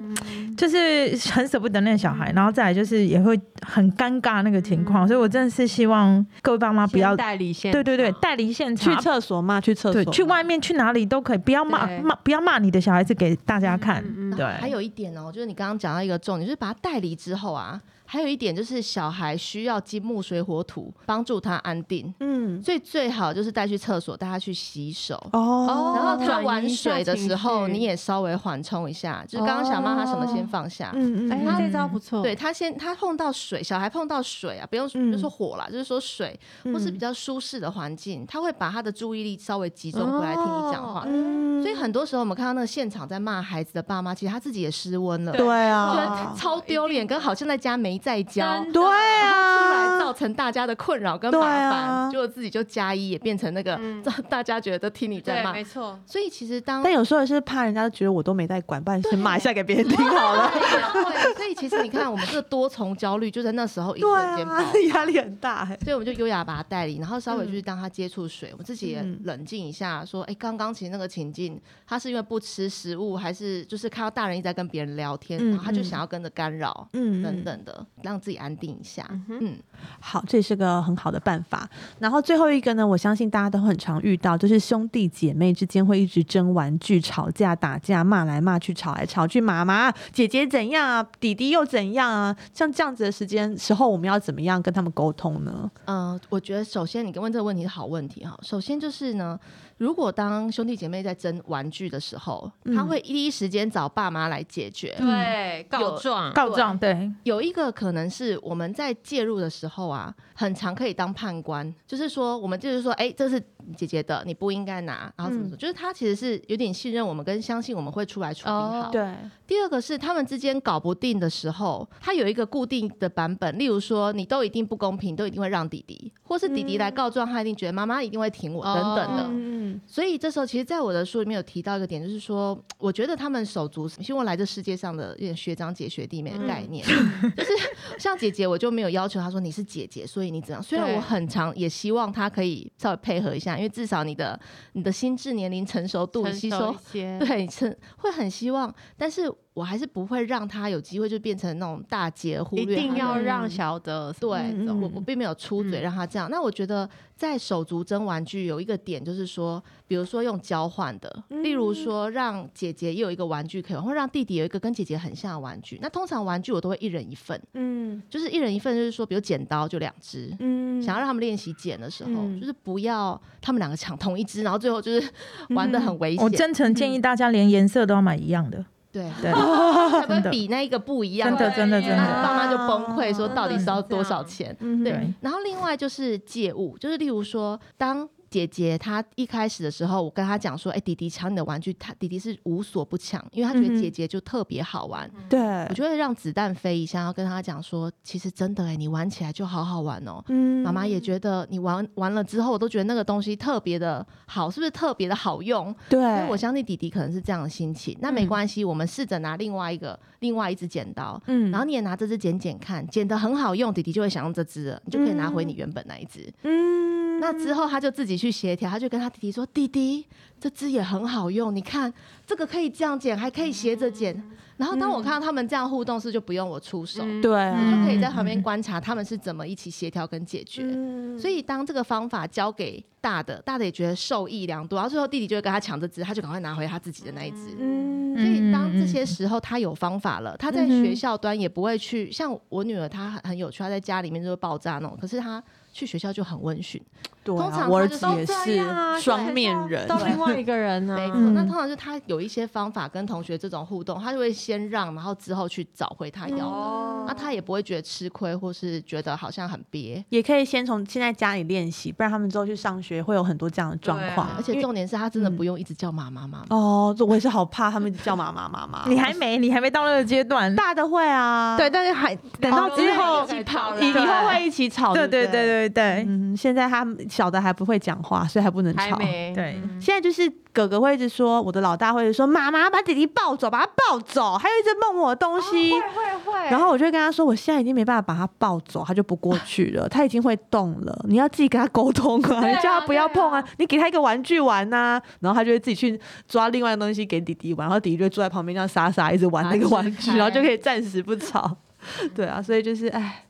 Speaker 3: 就是很舍不得那个小孩，然后再来就是也会很尴尬那个情况，所以我真的是希望各位爸妈不要
Speaker 2: 先，代理现
Speaker 3: 对对对，
Speaker 2: 场
Speaker 3: 带离现
Speaker 1: 去
Speaker 3: 场，
Speaker 1: 厕所骂，去厕所
Speaker 3: 对，
Speaker 1: 骂，
Speaker 3: 去外面去哪里都可以，不要骂
Speaker 2: 对
Speaker 3: 骂，不要骂你的小孩子给大家看
Speaker 2: 嗯嗯嗯，
Speaker 3: 对，
Speaker 4: 还有一点哦，就是你刚刚讲到一个重点，就是把他带离之后啊，还有一点就是小孩需要金木水火土帮助他安定，
Speaker 1: 嗯，
Speaker 4: 所以最好就是带去厕所，带他去洗手。
Speaker 1: 哦，
Speaker 4: 然后他
Speaker 2: 转移
Speaker 4: 玩
Speaker 2: 一下
Speaker 4: 水的
Speaker 2: 情
Speaker 4: 时候，
Speaker 2: 绪
Speaker 4: 你也稍微缓冲一下，就是刚刚想骂他什么先放下。
Speaker 1: 嗯嗯，
Speaker 2: 哎，这招不错，
Speaker 4: 对他先他碰到水，小孩碰到水啊，不用
Speaker 1: 嗯
Speaker 4: 就说火啦，就是说水
Speaker 1: 嗯
Speaker 4: 或是比，较舒适的环境，他会把他的注意力稍微集中回来听你讲话。
Speaker 1: 嗯
Speaker 4: 所以很多时候我们看到那个现场在骂孩子的爸妈，其实他自己也失温了，
Speaker 1: 对
Speaker 4: 觉得
Speaker 1: 啊，
Speaker 4: 超丢脸，跟好像在家没在教。
Speaker 2: 真
Speaker 1: 对
Speaker 4: 出来
Speaker 1: 啊，
Speaker 4: 造成大家的困扰跟
Speaker 1: 对
Speaker 4: 麻
Speaker 1: 啊
Speaker 4: 烦，结果自己就加一，也变成那个
Speaker 2: 嗯
Speaker 4: 让 大家觉得听你在
Speaker 2: 对，
Speaker 4: 骂
Speaker 2: 没。错，
Speaker 4: 所以其实当
Speaker 1: 但有时候也是怕人家觉得我都没在管，不然先骂一下给别人听好了。
Speaker 4: 对，所以其实你看，我们这个多重焦虑就在那时候 一
Speaker 1: 对
Speaker 4: 瞬间爆
Speaker 1: 啊
Speaker 4: 发。，
Speaker 1: 压力很大哎。
Speaker 4: 所以我们就优雅把他带离，然后稍微就是当他接触水，我自己也
Speaker 1: 嗯
Speaker 4: 冷静一下，说，哎、刚刚其实那个情境，他是因为不吃食物，还是就是看到大人一直在跟别人聊天，
Speaker 1: 嗯
Speaker 4: 然后他就
Speaker 1: 嗯
Speaker 4: 想要跟着干扰。
Speaker 1: 嗯
Speaker 4: 等等的，让自己安定一下。
Speaker 2: 嗯哼
Speaker 4: 嗯，
Speaker 1: 好，这是个很好的办法。然后最后一个呢，我相信大家都很常遇到，就是兄弟姐妹之间会一直争玩具、吵架、打架、骂来骂去、吵来吵去，妈妈、姐姐怎样啊，弟弟又怎样啊？像这样子的时间时候，我们要怎么样跟他们沟通呢？
Speaker 4: 呃，我觉得首先你问这个问题是好问题哈。首先就是呢，如果当兄弟姐妹在争玩具的时候，他
Speaker 1: 嗯
Speaker 4: 会第一时间找爸妈来解决。
Speaker 2: 对，嗯告状，
Speaker 3: 告状，对，
Speaker 4: 有一个可能是我们在介入的时候啊，很常可以当判官，就是说我们就是说，哎、这是姐姐的，你不应该拿，然后怎
Speaker 2: 嗯
Speaker 4: 么怎么，就是他其实是有点信任我们，跟相信我们会出来处理好。
Speaker 2: 哦
Speaker 1: 对，
Speaker 4: 第二个是他们之间搞不定的时候，他有一个固定的版本，例如说你都一定不公平，都一定会让弟弟，或是弟弟来告状，他一定觉得妈妈一定会挺我、
Speaker 2: 嗯哦
Speaker 4: 等等的。
Speaker 1: 嗯嗯
Speaker 4: 所以这时候，其实，在我的书里面有提到一个点，就是说，我觉得他们手足，因为我来这世界上的有点学长姐、学弟妹的概 念，就是像姐姐，我就没有要求她说你是姐姐，所以你怎样。虽然
Speaker 2: 对
Speaker 4: 我很常也希望她可以稍微配合一下，因为至少你的你的心智年龄成熟度、
Speaker 2: 成
Speaker 4: 吸
Speaker 2: 熟
Speaker 4: 收
Speaker 2: 一些，
Speaker 4: 对，是会很希望，但是我还是不会让他有机会就变成那种大姐忽
Speaker 2: 一
Speaker 4: 略他的，
Speaker 2: 定要让小的
Speaker 4: 对，
Speaker 1: 嗯嗯
Speaker 4: 我我并没有出嘴
Speaker 2: 嗯
Speaker 4: 让他这样。那我觉得在手足争玩具有一个点，就是说，比如说用交换的，例
Speaker 3: 嗯
Speaker 4: 如说让姐姐也有一个玩具可以玩，或让弟弟有一个跟姐姐很像的玩具。那通常玩具我都会一人一份，
Speaker 1: 嗯
Speaker 4: 就是一人一份，就是说，比如剪刀就两只，
Speaker 1: 嗯
Speaker 4: 想要让他们练习剪的时候，
Speaker 1: 嗯
Speaker 4: 就是不要他们两个抢同一只，然后最后就是
Speaker 3: 嗯
Speaker 4: 玩的很危险。嗯
Speaker 3: 我真诚建议大家连颜色都要买一样的，
Speaker 4: 对，
Speaker 3: 对，
Speaker 4: 才不
Speaker 3: 真
Speaker 4: 会
Speaker 3: 的
Speaker 4: 比那一个不一样
Speaker 3: 真的
Speaker 4: 的。
Speaker 3: 真的嗯
Speaker 2: 对
Speaker 3: 真的，
Speaker 4: 那爸妈就崩溃，说到底是要多少钱？
Speaker 1: 嗯
Speaker 4: 对
Speaker 3: 对，
Speaker 4: 然后另外就是借物，就是例如说，当姐姐她一开始的时候，我跟她讲说，哎、弟弟抢你的玩具，她弟弟是无所不抢，因为她觉
Speaker 1: 嗯
Speaker 4: 得
Speaker 1: 哼嗯
Speaker 4: 姐姐就特别好玩。
Speaker 1: 对，
Speaker 4: 我就会让子弹飞一下，然后跟她讲说，其实真的哎、你玩起来就好好玩哦、
Speaker 1: 嗯
Speaker 4: 妈妈也觉得你玩完了之后，我都觉得那个东西特别的好，是不是特别的好用？
Speaker 1: 对嗯
Speaker 4: 所以，我相信弟弟可能是这样的心情。那没关系，我们试着拿另外一个另外一支剪刀，
Speaker 1: 嗯
Speaker 4: 然后你也拿这支剪剪看，剪得很好用，弟弟就会想用这支了，你就可以拿回你原本那一支。
Speaker 1: 嗯
Speaker 4: 那之后他就自己去协调，他就跟他弟弟说：“弟弟，这支也很好用，你看这个可以这样剪，还可以斜着剪。”
Speaker 1: 嗯
Speaker 4: 然后当我看到他们这样互动，是就不用我出手，
Speaker 2: 嗯
Speaker 1: 对
Speaker 4: 我
Speaker 1: 啊，
Speaker 4: 就可以在旁边观察他们是怎么一起协调跟解决。
Speaker 1: 嗯
Speaker 4: 所以当这个方法交给大的，大的也觉得受益良多，然后最后弟弟就会跟他抢这只，他就赶快拿回他自己的那一只。
Speaker 1: 嗯
Speaker 4: 所以当这些时候他有方法了，他在学校端也不会去像我女儿，她很很有趣，她在家里面就会爆炸那种，可是她去学校就很温驯。
Speaker 1: 对啊，
Speaker 4: 通常
Speaker 1: 我
Speaker 4: 他
Speaker 1: 儿
Speaker 4: 就
Speaker 1: 子
Speaker 4: 都
Speaker 1: 也
Speaker 4: 这
Speaker 1: 是
Speaker 2: 样啊对
Speaker 1: 双面人，
Speaker 2: 到另外一个人啊呢、
Speaker 4: 没错，
Speaker 1: 嗯
Speaker 4: 那通常就他有一些方法跟同学这种互动，他就会先让，然后之后去找回他要
Speaker 1: 嗯
Speaker 4: 的，
Speaker 2: 哦
Speaker 4: 那他也不会觉得吃亏，或是觉得好像很憋。
Speaker 1: 也可以先从现在家里练习，不然他们之后去上学会有很多这样的状况。
Speaker 2: 对啊
Speaker 4: 而且重点是他真的不用一直叫妈妈妈妈。
Speaker 1: 哦，这我也是好怕他们一直叫妈妈妈妈。
Speaker 3: 你还没，你还没到那个阶段。
Speaker 1: 大的会啊，
Speaker 3: 对，，但是还等到之后，
Speaker 2: 一起跑
Speaker 1: 以以
Speaker 2: 对
Speaker 1: 后会一起吵。
Speaker 3: 对
Speaker 1: 对
Speaker 3: 对
Speaker 1: 不
Speaker 3: 对对对
Speaker 1: 嗯，现在他们小的还不会讲话，所以还不能
Speaker 2: 还
Speaker 1: 吵。
Speaker 2: 没
Speaker 3: 对，
Speaker 1: 现在就是哥哥会一直说，我的老大会一直说妈妈把弟弟抱走，把他抱走，还有一直梦我的东西。
Speaker 2: 哦会会，
Speaker 1: 然后我就会跟他说，我现在已经没办法把他抱走，他就不过去了，他已经会动了，你要自己跟他沟通啊，
Speaker 2: 对啊
Speaker 1: 你叫他不要碰啊，
Speaker 2: 对
Speaker 1: 你给他一个玩具玩呐、然后他就会自己去抓另外的东西给弟弟玩，然后弟弟就会坐在旁边这样傻傻一直玩那个玩具，
Speaker 4: 啊
Speaker 1: 然后就可以暂时不吵。 对啊，所以就是哎。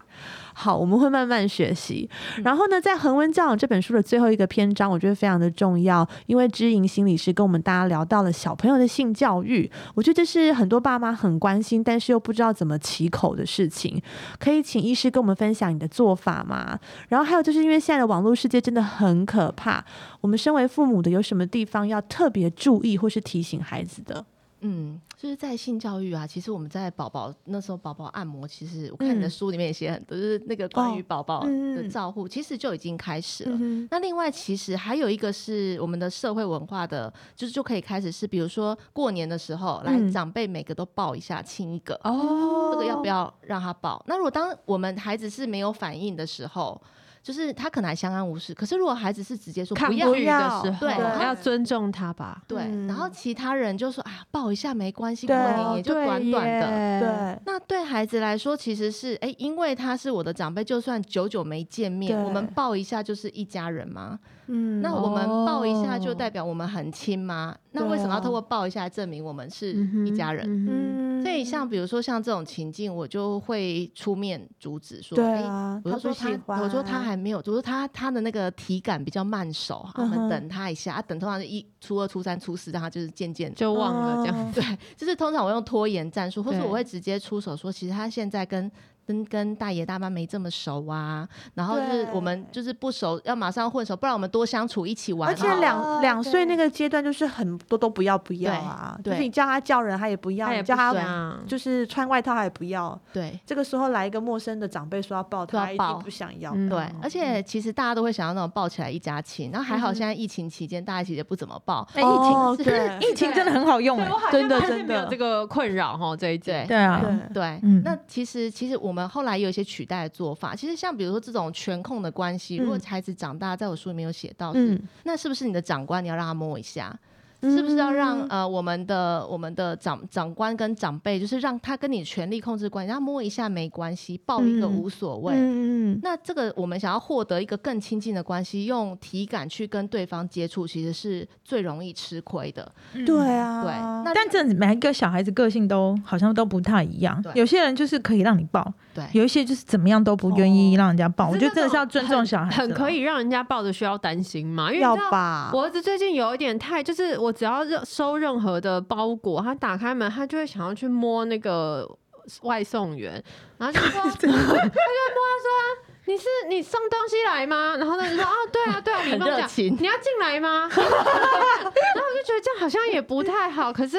Speaker 1: 好，我们会慢慢学习。然后呢，在《恒温教养》这本书的最后一个篇章，我觉得非常的重要，因为知莹心理师跟我们大家聊到了小朋友的性教育，我觉得这是很多爸妈很关心，但是又不知道怎么起口的事情。可以请医师跟我们分享你的做法吗？然后还有就是因为现在的网络世界真的很可怕，我们身为父母的有什么地方要特别注意或是提醒孩子的？
Speaker 4: 嗯，就是在性教育啊，其实我们在宝宝那时候，宝宝按摩，其实我看你的
Speaker 1: 嗯
Speaker 4: 书里面也写很多，就是那个关于
Speaker 1: 哦
Speaker 4: 宝宝
Speaker 1: 嗯
Speaker 4: 的照护，其实就已经开始了。
Speaker 1: 嗯
Speaker 4: 那另外，其实还有一个是我们的社会文化的，就是就可以开始是，比如说过年的时候，来
Speaker 1: 嗯
Speaker 4: 长辈每个都抱一下，亲一个，
Speaker 1: 哦
Speaker 4: 这个要不要让他抱？那如果当我们孩子是没有反应的时候，就是他可能还相安无事，可是如果孩子是直接说
Speaker 2: 抗
Speaker 4: 不要，
Speaker 2: 拒的时候，
Speaker 4: 对
Speaker 1: 然后
Speaker 2: 要尊重他吧。
Speaker 4: 对，
Speaker 1: 嗯
Speaker 4: 然后其他人就说啊，抱一下没关系，过
Speaker 1: 对
Speaker 4: 年也就短短的。
Speaker 1: 对，
Speaker 2: 的，
Speaker 4: 那对孩子来说，其实是哎、诶因为他是我的长辈，就算久久没见面，
Speaker 1: 对
Speaker 4: 我们抱一下就是一家人嘛。
Speaker 1: 嗯
Speaker 4: 那
Speaker 1: 哦
Speaker 4: 我们抱一下
Speaker 2: 哦
Speaker 4: 就代表我们很亲吗？那
Speaker 1: 对
Speaker 4: 为什么
Speaker 1: 啊
Speaker 4: 要透过抱一下来证明我们是
Speaker 2: 嗯哼
Speaker 4: 一家人？
Speaker 2: 嗯
Speaker 1: 嗯
Speaker 4: 所以像比如说像这种情境，我就会出面阻止说，
Speaker 1: 对
Speaker 4: 诶
Speaker 1: 啊，
Speaker 4: 我就说
Speaker 1: 不喜欢，
Speaker 4: 他，我说他还没有，我说他他的那个体感比较慢手，啊我
Speaker 1: 嗯哼
Speaker 4: 们等他一下，啊，等通常是一初二、初三、初四，让他就是渐渐
Speaker 2: 就忘了这样。
Speaker 1: 对，
Speaker 4: 就是通常我用拖延战术，或者
Speaker 2: 对
Speaker 4: 我会直接出手说，其实他现在跟跟跟大爷大妈没这么熟啊，然后就是
Speaker 1: 对
Speaker 4: 我们就是不熟，要马上混熟，不然我们多相处一起玩
Speaker 1: 而
Speaker 4: 啊好
Speaker 1: 且
Speaker 4: 了。
Speaker 1: 两两岁那个阶段就是很多都不要不要
Speaker 4: 对
Speaker 1: 啊，就
Speaker 4: 对
Speaker 1: 是你叫他叫人他也不要，
Speaker 2: 他也
Speaker 1: 你
Speaker 2: 不
Speaker 1: 叫他
Speaker 2: 想，
Speaker 1: 就是穿外套他也不要，
Speaker 4: 对
Speaker 1: 这个时候来一个陌生的长辈说要抱
Speaker 4: 说要
Speaker 1: 他，一定
Speaker 4: 抱
Speaker 1: 不想要。
Speaker 2: 嗯
Speaker 4: 对，而且其实大家都会想要那种抱起来一家亲，然后还
Speaker 1: 嗯
Speaker 4: 好现在疫情期间大家其实也不怎么抱，
Speaker 3: 哎，疫情
Speaker 1: 哦
Speaker 4: 是
Speaker 1: 对
Speaker 3: 疫情真的很好用哎，
Speaker 1: 真的真
Speaker 2: 没有
Speaker 1: 的
Speaker 2: 这个困扰哈这一届
Speaker 4: 对。
Speaker 3: 对啊，
Speaker 1: 对
Speaker 4: 对，
Speaker 3: 嗯
Speaker 4: 那其实其实我们后来也有一些取代的做法。其实像比如说这种全控的关系，如果
Speaker 1: 嗯
Speaker 4: 孩子长大，在我书里面有写到，嗯，
Speaker 1: 嗯，
Speaker 4: 那是不是你的长官你要让他摸一下？是不是要让呃我们的我们的长长官跟长辈，就是让他跟你权力控制关系，他摸一下没关系，抱一个
Speaker 1: 嗯
Speaker 4: 无所谓。
Speaker 1: 嗯嗯
Speaker 4: 那这个我们想要获得一个更亲近的关系，用体感去跟对方接触，其实是最容易吃亏的。
Speaker 1: 嗯，对啊，
Speaker 4: 对，那
Speaker 3: 但这每一个小孩子个性都好像都不太一样
Speaker 4: 对，
Speaker 3: 有些人就是可以让你抱，
Speaker 4: 对
Speaker 3: 有一些就是怎么样都不愿
Speaker 1: 哦
Speaker 3: 意让人家抱。我
Speaker 2: 可
Speaker 3: 觉
Speaker 2: 是
Speaker 3: 得这个是要
Speaker 2: 那种
Speaker 3: 尊重小孩子啦，啊
Speaker 2: 很可以让人家抱着需要担心嘛，因为你
Speaker 1: 要
Speaker 2: 知道
Speaker 1: 吧，
Speaker 2: 我儿子最近有一点太，就是我只要任收任何的包裹，他打开门，他就会想要去摸那个外送员，然后就 说，他就会摸他说啊。你是你送东西来吗？然后他就说啊，对啊，对啊， 你
Speaker 4: 很
Speaker 2: 跟我
Speaker 4: 热
Speaker 2: 讲，
Speaker 4: 情
Speaker 2: 你要进来吗？然后我就觉得这样好像也不太好，可是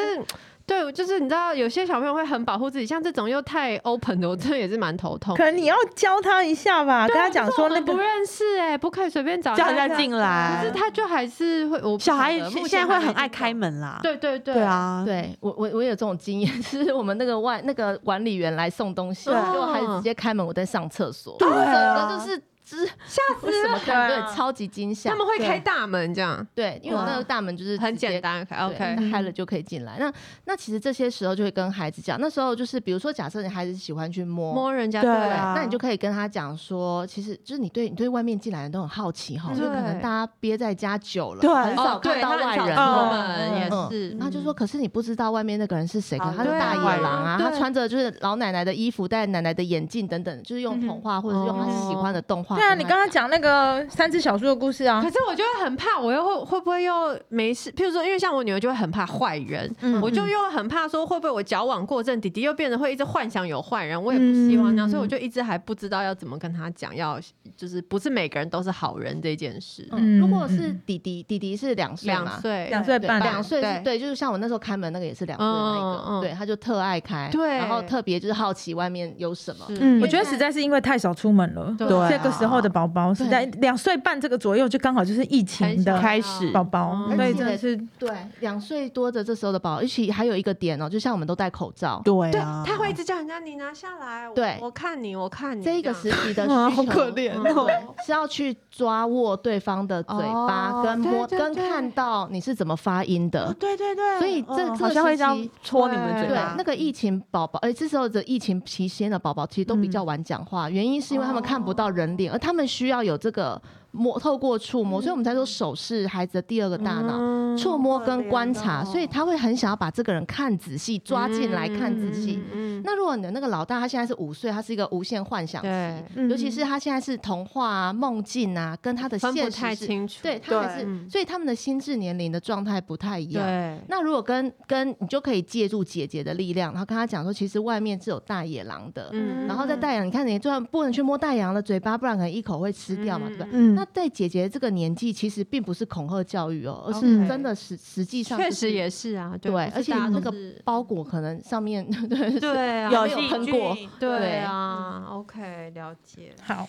Speaker 2: 对，就是你知道有些小朋友会很保护自己，像这种又太 open 的，我真的也是蛮头痛。
Speaker 3: 可能你要教他一下吧，跟他讲
Speaker 2: 我
Speaker 3: 说那
Speaker 2: 们
Speaker 3: 个
Speaker 2: 不认识哎、不可以随便找
Speaker 1: 叫人家
Speaker 4: 啊
Speaker 2: 看
Speaker 1: 进
Speaker 2: 可是
Speaker 1: 来。
Speaker 2: 他就还是会，我不
Speaker 1: 小孩
Speaker 2: 晓得
Speaker 1: 现
Speaker 2: 目
Speaker 1: 现在
Speaker 2: 前
Speaker 1: 会
Speaker 2: 还没
Speaker 1: 很爱
Speaker 2: 这种
Speaker 1: 开门啦，
Speaker 2: 对对对
Speaker 1: 对，啊，
Speaker 4: 对我我我有这种经验， 就是我们那个外那个管理员来送东西，
Speaker 2: 对
Speaker 4: 就还直接开门，我在上厕所，
Speaker 1: 对啊
Speaker 4: 整个就是就是吓
Speaker 2: 死了
Speaker 4: 什么感
Speaker 3: 对啊
Speaker 4: 觉超级惊吓。
Speaker 2: 他们会
Speaker 4: 对
Speaker 2: 开大门这样，
Speaker 4: 对，因为我那
Speaker 2: 哇
Speaker 4: 个大门就是
Speaker 2: 很
Speaker 4: 直接
Speaker 2: 简单。开
Speaker 4: 对
Speaker 2: OK，嗯
Speaker 4: 那开了就可以进来。那那其实这些时候就会跟孩子讲，那时候就是比如说，假设你孩子喜欢去摸，
Speaker 2: 摸人家
Speaker 1: 对
Speaker 4: 对，
Speaker 1: 啊
Speaker 4: 那你就可以跟他讲说，其实就是你对你对外面进来的都很好奇哈，
Speaker 2: 嗯
Speaker 4: 就可能
Speaker 2: 对
Speaker 4: 大家憋在家久了，
Speaker 1: 对
Speaker 4: 很
Speaker 2: 哦
Speaker 4: 少看
Speaker 2: 对
Speaker 4: 到
Speaker 2: 他很
Speaker 4: 外
Speaker 2: 少
Speaker 4: 人
Speaker 2: 出
Speaker 3: 哦
Speaker 4: 了。
Speaker 2: 门也
Speaker 4: 嗯
Speaker 2: 是，
Speaker 4: 他就说：“可是你不知道外面那个人是谁，可
Speaker 1: 好
Speaker 4: 能他是
Speaker 2: 对
Speaker 4: 大
Speaker 2: 啊
Speaker 4: 野狼啊，
Speaker 2: 对
Speaker 4: 他穿着就是老奶奶的衣服，戴奶奶的眼镜等等，就是用童话或者是用他喜欢的动画。”
Speaker 3: 对啊，你刚刚讲那个三只小猪的故事啊
Speaker 2: 可，是我就会很怕，我又会会不会又没事？譬如说，因为像我女儿就会很怕坏人，
Speaker 3: 嗯
Speaker 2: 我就又很怕说会不会我矫枉过正，弟弟又变得会一直幻想有坏人，我也不希望那样，
Speaker 3: 嗯
Speaker 2: 所以我就一直还不知道要怎么跟他讲，要就是不是每个人都是好人这件事。
Speaker 4: 嗯，如果
Speaker 3: 嗯
Speaker 4: 是弟弟，弟弟是两岁
Speaker 2: 两
Speaker 4: 嘛，
Speaker 2: 岁，
Speaker 3: 两岁
Speaker 4: 对
Speaker 3: 半，
Speaker 4: 两岁是
Speaker 2: 对
Speaker 4: 对，就是像我那时候开门那个也是两岁的那一个，
Speaker 2: 嗯嗯嗯
Speaker 4: 对，他就特爱开，
Speaker 2: 对
Speaker 4: 然后特别就是好奇外面有什么，
Speaker 2: 是
Speaker 1: 嗯
Speaker 3: 我觉得实在是因为太少出门了，
Speaker 2: 对
Speaker 1: 对啊
Speaker 3: 这个时候的宝宝实在两岁半这个左右就刚好就是疫情
Speaker 2: 很小
Speaker 3: 的
Speaker 1: 开始
Speaker 3: 宝宝，
Speaker 2: 嗯
Speaker 3: 所以真的是
Speaker 4: 对，两岁多的这时候的宝宝，而且还有一个点哦，就像我们都戴口罩，
Speaker 1: 对
Speaker 2: 对，
Speaker 1: 啊，
Speaker 2: 他会一直叫人家你拿下来，我
Speaker 4: 对
Speaker 2: 我看你，我看你
Speaker 4: 这一个
Speaker 2: 样
Speaker 4: 时期的需
Speaker 3: 啊
Speaker 4: 求，
Speaker 3: 好可怜
Speaker 2: 嗯
Speaker 4: 对是要去抓握对方的嘴巴，
Speaker 2: 哦
Speaker 4: 跟摸，
Speaker 2: 对对
Speaker 4: 跟
Speaker 2: 对
Speaker 4: 看到你是怎么发音
Speaker 1: 哦
Speaker 4: 的。
Speaker 1: 对对对，
Speaker 4: 所以这
Speaker 1: 嗯
Speaker 4: 这个
Speaker 1: 好像会这
Speaker 4: 时
Speaker 1: 样
Speaker 4: 期
Speaker 1: 戳你们嘴
Speaker 4: 对
Speaker 1: 巴，，
Speaker 4: 那个疫情宝宝，哎，这时候的疫情期间的宝宝其实都比
Speaker 2: 嗯
Speaker 4: 较晚讲话，原因是因为他们看不到人
Speaker 2: 哦
Speaker 4: 脸，而他们需要有这个摸，透过触摸，所以我们才说手是孩子的第二个大脑。
Speaker 2: 嗯
Speaker 4: 触摸
Speaker 1: 可
Speaker 4: 跟
Speaker 1: 怜
Speaker 4: 观
Speaker 1: 哦
Speaker 4: 察，所以他会很想要把这个人看仔细，抓进来看仔细。
Speaker 2: 嗯嗯嗯
Speaker 4: 那如果你的那个老大他现在是五岁，他是一个无限幻想
Speaker 2: 对
Speaker 4: 期，尤其是他现在是童话啊、梦境啊，跟他的
Speaker 2: 分
Speaker 4: 现
Speaker 2: 不
Speaker 4: 实
Speaker 2: 太
Speaker 4: 是，
Speaker 2: 清楚，
Speaker 4: 对，他们
Speaker 1: 对
Speaker 4: 是，
Speaker 2: 嗯
Speaker 4: 所以他们的心智年龄的状态不太一样。
Speaker 2: 对，
Speaker 4: 那如果跟跟你就可以借助姐姐的力量，然后跟他讲说，其实外面是有大野狼的，
Speaker 2: 嗯
Speaker 4: 然后在大野狼，你看你就算不能去摸大野狼的嘴巴，不然可能一口会吃掉嘛，
Speaker 2: 嗯
Speaker 4: 对吧？
Speaker 1: 嗯
Speaker 4: 那对姐姐这个年纪，其实并不是恐吓教育哦，而是
Speaker 2: OK
Speaker 4: 真的实实际上
Speaker 2: 确
Speaker 4: 就是
Speaker 2: 实也是啊，
Speaker 4: 对
Speaker 2: 不是
Speaker 4: 而且
Speaker 2: 大家
Speaker 4: 那
Speaker 2: 都
Speaker 4: 个
Speaker 2: 是
Speaker 4: 包裹可能上面 对
Speaker 2: 对啊，
Speaker 1: 有
Speaker 4: 没有
Speaker 1: 细
Speaker 4: 喷
Speaker 1: 菌
Speaker 4: 过
Speaker 2: 对
Speaker 4: 对嗯
Speaker 2: 啊，OK，了解。
Speaker 3: 好，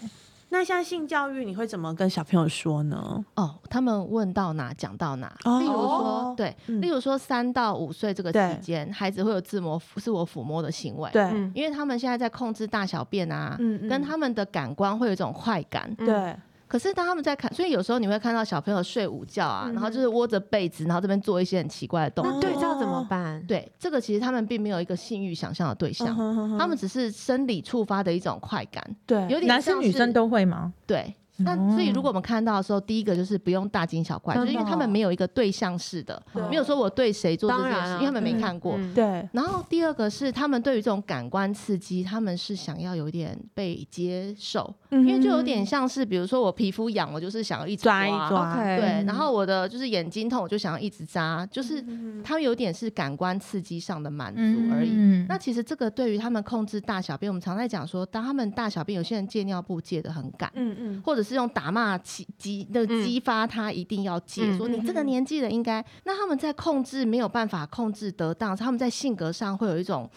Speaker 1: 那像性教育，你会怎么跟小朋友说呢？
Speaker 4: 哦，他们问到哪讲到哪，
Speaker 1: 哦
Speaker 4: 例如说对，
Speaker 1: 嗯
Speaker 4: 例如说三到五岁这个
Speaker 1: 对
Speaker 4: 期间，孩子会有自我自我抚摸的行为，，
Speaker 1: 对，
Speaker 2: 嗯，
Speaker 4: 因为他们现在在控制大小便啊。
Speaker 1: 嗯
Speaker 4: 跟他们的感官会有一种快感，
Speaker 2: 嗯
Speaker 1: 对
Speaker 4: 可是当他们在看，所以有时候你会看到小朋友睡午觉啊，
Speaker 1: 嗯
Speaker 4: 然后就是窝着被子，然后这边做一些很奇怪的动
Speaker 2: 那
Speaker 4: 作。
Speaker 2: 啊对照怎么办？
Speaker 4: 对，这个其实他们并没有一个性欲想象的对
Speaker 1: 嗯
Speaker 4: 象，他们只是生理触发的一种快感，
Speaker 1: 对
Speaker 4: 有点
Speaker 3: 男生
Speaker 4: 像
Speaker 3: 女生
Speaker 4: 是
Speaker 3: 都会吗？
Speaker 4: 对。那
Speaker 3: 哦
Speaker 4: 所以，如果我们看到的时候，第一个就是不用大惊小怪，
Speaker 2: 真
Speaker 4: 就
Speaker 2: 的
Speaker 4: 是因为他们
Speaker 2: 哦
Speaker 4: 没有一个对象式的，
Speaker 1: 对
Speaker 4: 没有说我对谁做这
Speaker 2: 当
Speaker 4: 件
Speaker 2: 然
Speaker 4: 事，
Speaker 2: 啊
Speaker 4: 因为他们没
Speaker 3: 对
Speaker 4: 看过。
Speaker 2: 嗯，
Speaker 1: 对
Speaker 4: 然后第二个是他们对于这种感官刺激，他们是想要有点被接受，因为就有点啊像是，比如说我皮肤痒，我就是想要一直
Speaker 1: 嗯抓一抓，
Speaker 2: OK
Speaker 4: 对
Speaker 1: 嗯，
Speaker 4: 然后我的就是眼睛痛，我就想要一直扎，就是
Speaker 2: 嗯
Speaker 4: 他们有点是感官刺激上的满足而已。
Speaker 3: 嗯
Speaker 4: 那其实这个对于他们控制大小便，我们常在讲说，当他们大小便，有些人戒尿布戒得很赶，
Speaker 1: 嗯嗯，
Speaker 4: 或者是用打骂激激那个
Speaker 2: 嗯
Speaker 4: 激发他一定要戒，
Speaker 2: 嗯
Speaker 4: 说你这个年纪了应该。那他们在控制没有办法控制得当，他们在性格上会有一种。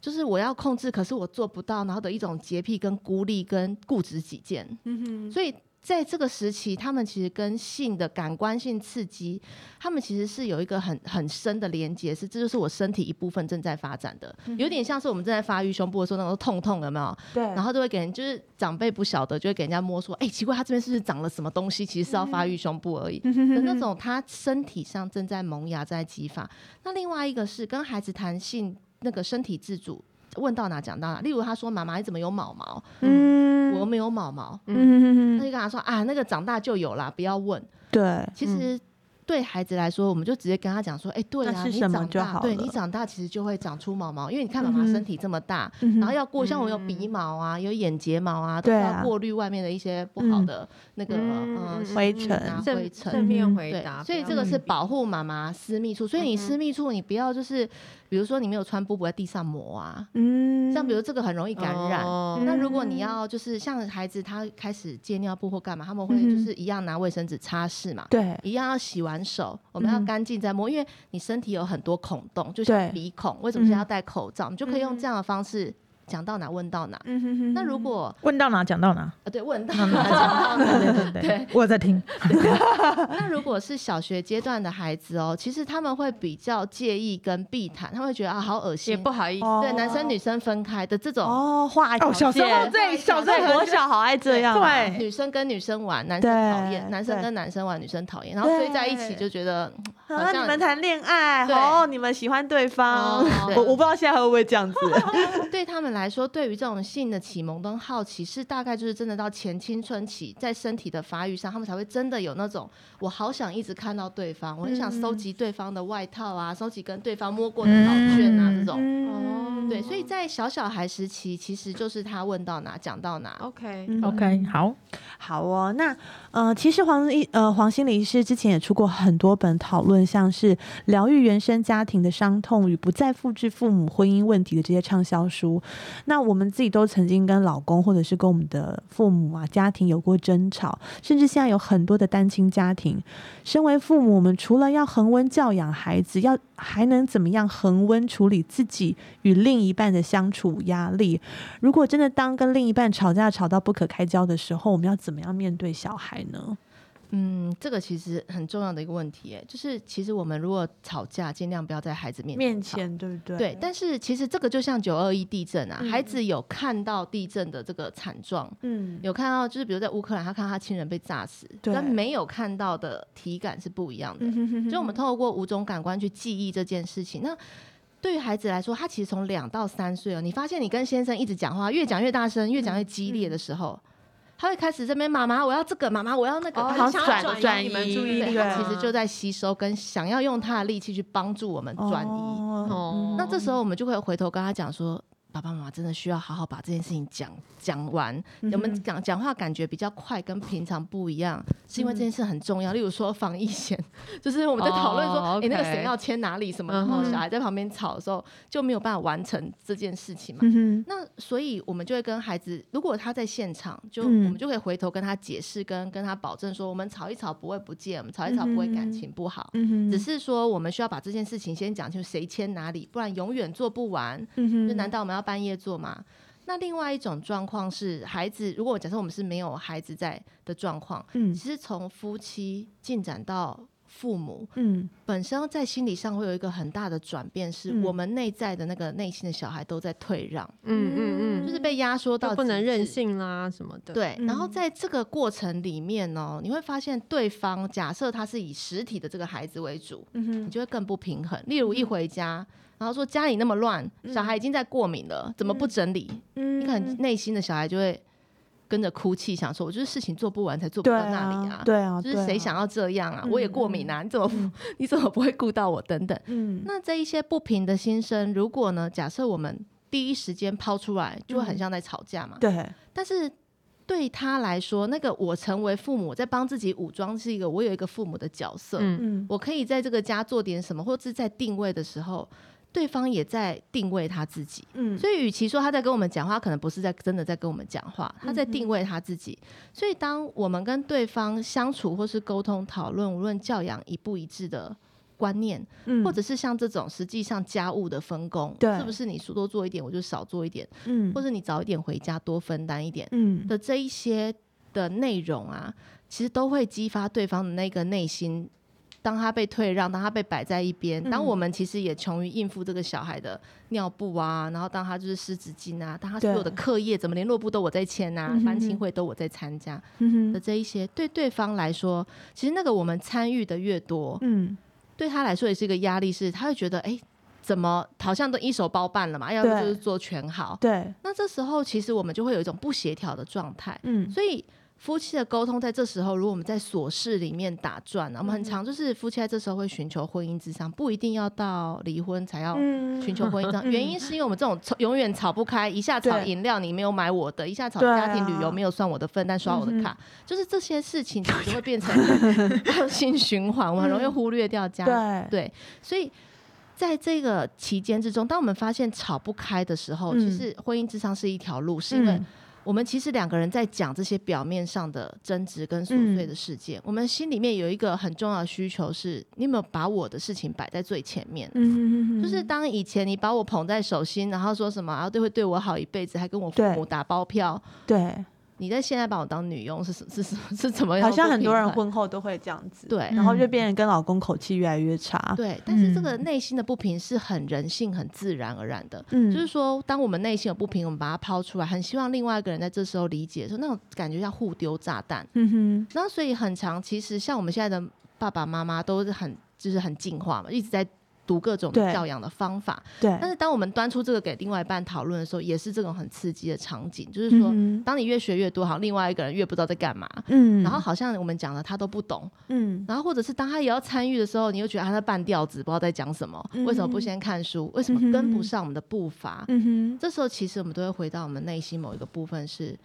Speaker 4: 就是我要控制，可是我做不到，然后的一种洁癖、跟孤立、跟固执己见，
Speaker 2: 嗯哼
Speaker 4: 所以在这个时期，他们其实跟性的感官性刺激，他们其实是有一个很很深的连接，是这就是我身体一部分正在发展的，
Speaker 2: 嗯
Speaker 4: 有点像是我们正在发育胸部的时候那种痛痛，有没有？
Speaker 1: 对，
Speaker 4: 然后就会给人，就是长辈不晓得，就会给人家摸说，哎、奇怪，他这边是不是长了什么东西？其实是要发育胸部而已。 的那种他身体上正在萌芽，正在激发。那另外一个是跟孩子谈性那个身体自主，问到哪讲到哪。例如他说：“妈妈，哎你怎么有毛毛？”
Speaker 1: 嗯
Speaker 4: 我又没有毛毛。
Speaker 1: 嗯
Speaker 4: 那就跟他说：“啊，那个长大就有啦，不要问。
Speaker 1: 对”
Speaker 4: 其实。对孩子来说，我们就直接跟他讲说：“哎、对
Speaker 1: 那
Speaker 4: 啊，
Speaker 1: 是
Speaker 4: 你
Speaker 1: 什么
Speaker 4: 长
Speaker 1: 就
Speaker 4: 大，
Speaker 1: 好
Speaker 4: 对
Speaker 1: 了
Speaker 4: 你长大其实就会长出毛毛，因为你看妈妈
Speaker 1: 嗯哼
Speaker 4: 身体这么大，
Speaker 1: 嗯哼
Speaker 4: 然后要过，像我有鼻毛啊，有眼睫毛啊，都
Speaker 1: 对
Speaker 4: 是
Speaker 1: 啊嗯
Speaker 4: 要过滤外面的一些不好的那个呃
Speaker 2: 嗯
Speaker 1: 灰
Speaker 4: 细菌啊
Speaker 1: 尘
Speaker 2: 正
Speaker 4: 灰
Speaker 2: 正
Speaker 4: 尘。
Speaker 2: 面啊
Speaker 3: 嗯
Speaker 2: 回
Speaker 4: 对
Speaker 2: 答，，嗯
Speaker 4: 所以
Speaker 2: 不
Speaker 4: 这
Speaker 2: 要
Speaker 4: 个是
Speaker 2: 避
Speaker 1: 嗯
Speaker 4: 保护妈妈私密处，所以你私密处你不要就是比如说你没有穿布布在地上磨啊，
Speaker 1: 嗯
Speaker 4: 像比如这个很容易感染。嗯
Speaker 2: 哦
Speaker 4: 那如果你要就是像孩子他开始戒尿布或干嘛，他们会
Speaker 1: 嗯哼
Speaker 4: 就是一样拿卫生纸擦拭嘛，
Speaker 1: 对，
Speaker 4: 一样要洗完手，我们要
Speaker 1: 嗯
Speaker 4: 干净再摸，因为你身体有很多孔洞，就像
Speaker 1: 对
Speaker 4: 鼻孔，为什么现在要
Speaker 1: 嗯
Speaker 4: 戴口罩？你就可以用这样的方式讲到哪问到哪。
Speaker 1: 嗯哼嗯哼
Speaker 4: 那如果
Speaker 3: 问到哪讲 到哪，
Speaker 4: 呃对问到哪讲到哪，
Speaker 3: 对对对，
Speaker 4: 对
Speaker 3: 我有在听，
Speaker 4: 那如果是小学阶段的孩子哦，其实他们会比较介意跟避谈，他会觉得啊好恶
Speaker 2: 也
Speaker 4: 心
Speaker 2: 不，好意思，
Speaker 1: 哦
Speaker 4: 对男生女生分开的这种。
Speaker 1: 哦画一条
Speaker 3: 哦小时候
Speaker 1: 线
Speaker 3: 对小时候
Speaker 1: 对国小好爱这样，，啊
Speaker 3: 对，
Speaker 4: 女生跟女生玩，男生讨厌；
Speaker 1: 对
Speaker 4: 男生
Speaker 1: 对
Speaker 4: 跟男生玩，女生讨厌。然后追在一起
Speaker 1: 对
Speaker 4: 就觉得嗯好
Speaker 1: 啊
Speaker 4: 像
Speaker 1: 你们谈恋爱，
Speaker 4: 对哦
Speaker 1: 哦你们喜欢对方，
Speaker 4: 对
Speaker 1: 我我不知道现在会不会这 样子，
Speaker 4: 对他们来说，对于这种性的启蒙跟好奇，是大概就是真的到前青春期，在身体的发育上，他们才会真的有那种我好想一直看到对方，我很想收
Speaker 1: 嗯
Speaker 4: 集对方的外套啊，收集跟对方摸过的考卷啊、
Speaker 3: 嗯
Speaker 4: 这种。
Speaker 1: 嗯
Speaker 4: 对，所以在小小孩时期，其实就是他问到哪讲到哪。
Speaker 2: OK，
Speaker 1: 嗯
Speaker 3: OK，好，
Speaker 1: 好哦，那呃，其实黄一呃黄心理医师之前也出过很多本讨论，像是疗愈原生家庭的伤痛与不再复制父母婚姻问题的这些畅销书。那我们自己都曾经跟老公或者是跟我们的父母啊家庭有过争吵，甚至现在有很多的单亲家庭。身为父母，我们除了要恒温教养孩子，要还能怎么样恒温处理自己与另一半的相处压力？如果真的当跟另一半吵架吵到不可开交的时候，我们要怎么样面对小孩呢？
Speaker 4: 嗯，这个其实很重要的一个问题，哎，就是其实我们如果吵架，尽量不要在孩子面前
Speaker 1: 面
Speaker 4: 吵
Speaker 1: 前对不对？
Speaker 4: 对，但是其实这个就像九二一地震啊，
Speaker 1: 嗯
Speaker 4: 孩子有看到地震的这个惨状，
Speaker 1: 嗯，
Speaker 4: 有看到就是比如在乌克兰，他看到他亲人被炸死，
Speaker 1: 对
Speaker 4: 跟没有看到的体感是不一样
Speaker 2: 嗯
Speaker 4: 的。
Speaker 1: 有
Speaker 4: 所以嗯我们透过五种感官去记忆这件事情。那对于孩子来说，他其实从两到三岁哦，你发现你跟先生一直讲话，越讲越大声，越讲越激
Speaker 2: 嗯
Speaker 4: 烈的时候，他会开始这边妈妈我要这个，妈妈我要那个，
Speaker 2: 哦
Speaker 4: 他
Speaker 1: 好
Speaker 4: 就想要
Speaker 1: 转
Speaker 4: 转移
Speaker 1: 转移
Speaker 2: 你们注意
Speaker 4: 对
Speaker 1: 对
Speaker 2: 力
Speaker 4: 他
Speaker 2: 啊，
Speaker 4: 其实就在吸收跟想要用他的力气去帮助我们转移。
Speaker 1: 哦
Speaker 2: 哦
Speaker 4: 那这时候我们就会回头跟他讲说，爸爸妈妈真的需要好好把这件事情讲讲完。
Speaker 1: 嗯哼
Speaker 4: 我们讲讲话感觉比较快，跟平常不一样，是因
Speaker 1: 嗯
Speaker 4: 为这件事很重要。例如说防疫险，就是我们在讨论说，哎、
Speaker 2: 哦
Speaker 4: 那个
Speaker 2: OK
Speaker 4: 谁要签哪里什么，然
Speaker 2: 嗯
Speaker 4: 后
Speaker 2: 哼
Speaker 4: 小孩在旁边吵的时候就没有办法完成这件事情嘛。
Speaker 1: 嗯哼，
Speaker 4: 那所以，我们就会跟孩子，如果他在现场，就、
Speaker 1: 嗯
Speaker 4: 我们就可以回头跟他解释，跟跟他保证说，我们吵一吵不会不见，我们吵一吵不会感情不好。
Speaker 1: 嗯哼，
Speaker 4: 只是说我们需要把这件事情先讲清楚，谁签哪里，不然永远做不完。
Speaker 1: 嗯哼，
Speaker 4: 就难道我们要半夜做吗？那另外一种状况是，孩子如果假设我们是没有孩子在的状况，
Speaker 1: 嗯
Speaker 4: 其实从夫妻进展到父母，
Speaker 1: 嗯
Speaker 4: 本身在心理上会有一个很大的转变，是
Speaker 1: 嗯
Speaker 4: 我们内在的那个内心的小孩都在退让，
Speaker 2: 嗯嗯嗯，
Speaker 4: 就是被压缩到
Speaker 2: 都不能
Speaker 4: 极致
Speaker 2: 任性啦什么的，，
Speaker 4: 对，然后
Speaker 1: 嗯
Speaker 4: 在这个过程里面呢、你会发现对方假设他是以实体的这个孩子为主，
Speaker 1: 嗯
Speaker 4: 你
Speaker 1: 哼，
Speaker 4: 就会更不平衡。例如一回家，然后说家里那么乱，小孩已经在过敏了，怎么不整理？
Speaker 1: 嗯
Speaker 4: 你可能内心的小孩就会跟着哭泣，想说我就是事情做不完才做不
Speaker 1: 对
Speaker 4: 到那里啊
Speaker 1: 啊，。对啊，
Speaker 4: 就是谁想
Speaker 1: 要
Speaker 4: 要这样啊？
Speaker 1: 嗯
Speaker 4: 我也过敏啊！你怎么不 你怎么不会顾到我？等等。
Speaker 1: 嗯
Speaker 4: 那这一些不平的心声，如果呢，假设我们第一时间抛出来，就会很像在吵架嘛。
Speaker 1: 对
Speaker 4: 但是对他来说，那个我成为父母，我在帮自己武装是一个我有一个父母的角色。
Speaker 2: 嗯，
Speaker 1: 嗯
Speaker 4: 我可以在这个家做点什么，或者是在定位的时候，对方也在定位他自己。
Speaker 1: 嗯
Speaker 4: 所以，与其说他在跟我们讲话，可能不是在真的在跟我们讲话，
Speaker 1: 嗯
Speaker 4: 他在定位他自己。所以，当我们跟对方相处或是沟通讨论，无论教养一不一致的观念，
Speaker 1: 以
Speaker 4: 或者是像这种实际上家务的分工，
Speaker 1: 嗯对
Speaker 4: 是不是你说多做一点，我就少做一点，
Speaker 1: 嗯
Speaker 4: 或者你早一点回家多分担一点，
Speaker 1: 嗯
Speaker 4: 的这一些的内容啊，其实都会激发对方的那个内心。当他被退让，当他被摆在一边，
Speaker 1: 嗯
Speaker 4: 当我们其实也穷于应付这个小孩的尿布啊，然后当他就是湿纸巾啊，当他所有的
Speaker 1: 对
Speaker 4: 课业怎么联络部都我在签啊
Speaker 1: 嗯哼，
Speaker 4: 班亲
Speaker 1: 哼
Speaker 4: 会都我在参加
Speaker 1: 嗯
Speaker 4: 的
Speaker 1: 哼
Speaker 4: 这一些，对对方来说，其实那个我们参与的越多，
Speaker 1: 嗯
Speaker 4: 对他来说也是一个压力，是他会觉得哎，怎么好像都一手包办了嘛，啊要不
Speaker 1: 对
Speaker 4: 就是做全好，
Speaker 1: 对
Speaker 4: 那这时候其实我们就会有一种不协调的状态。
Speaker 1: 嗯
Speaker 4: 所以夫妻的沟通在这时候，如果我们在琐事里面打转啊，我们很
Speaker 1: 嗯
Speaker 4: 常就是夫妻在这时候会寻求婚姻之上，不一定要到离婚才要。
Speaker 1: 嗯
Speaker 4: 寻求婚姻之上，
Speaker 1: 嗯
Speaker 4: 原因是因为我们这种吵永远吵不开，一下吵
Speaker 1: 对
Speaker 4: 饮料你没有买我的，一下吵
Speaker 1: 对啊嗯
Speaker 4: 家庭旅游没有算我的份，但刷我的卡，就是这些事情其实 会变成恶性循环，我们很容易忽略掉家
Speaker 1: 嗯对
Speaker 4: 对，所以在这个期间之中，当我们发现吵不开的时候，
Speaker 3: 嗯
Speaker 4: 其实婚姻智商是一条路，是因为我们其实两个人在讲这些表面上的争执跟琐
Speaker 1: 嗯
Speaker 4: 碎的事件，我们心里面有一个很重要的需求是：你有没有把我的事情摆在最前面？
Speaker 1: 嗯
Speaker 4: 就是当以前你把我捧在手心，然后说什么，然后对会对我好一辈子，还跟我父
Speaker 1: 对
Speaker 4: 母打包票，
Speaker 1: 对，
Speaker 4: 你在现在把我当女佣是是是是是怎么
Speaker 1: 好
Speaker 4: 样的不平衡？
Speaker 1: 像很多人婚后都会嗯这样子，，
Speaker 4: 对
Speaker 1: 然后就变成跟老公口气越来越差，
Speaker 4: 对，但是这个内心的不平是很人性、很自然而然的。
Speaker 1: 嗯
Speaker 4: 就是说，当我们内心有不平，我们把它抛出来，很希望另外一个人在这时候理解，说那种感觉像互丢炸弹。
Speaker 1: 嗯哼，
Speaker 4: 然后，所以很长，其实像我们现在的爸爸妈妈都是很就是很进化嘛，一直在读各种
Speaker 1: 对
Speaker 4: 教养的方法。
Speaker 1: 对，
Speaker 4: 但是，当我们端出这个给另外一半讨论的时候，也是这种很刺激的场景，就是说，
Speaker 1: 嗯哼
Speaker 4: 当你越学越多，好像另外一个人越不知道在干嘛。
Speaker 1: 嗯，
Speaker 4: 然后好像我们讲的他都不懂，
Speaker 1: 嗯
Speaker 4: 然后或者是当他也要参与的时候，你又觉得他在半吊子，不知道在讲什么，
Speaker 1: 嗯
Speaker 4: 为什么不先看书？为什
Speaker 1: 嗯哼
Speaker 4: 么跟不上我们的步伐？
Speaker 1: 嗯哼，
Speaker 4: 这时候其实我们都会回到我们内心某一个部分是。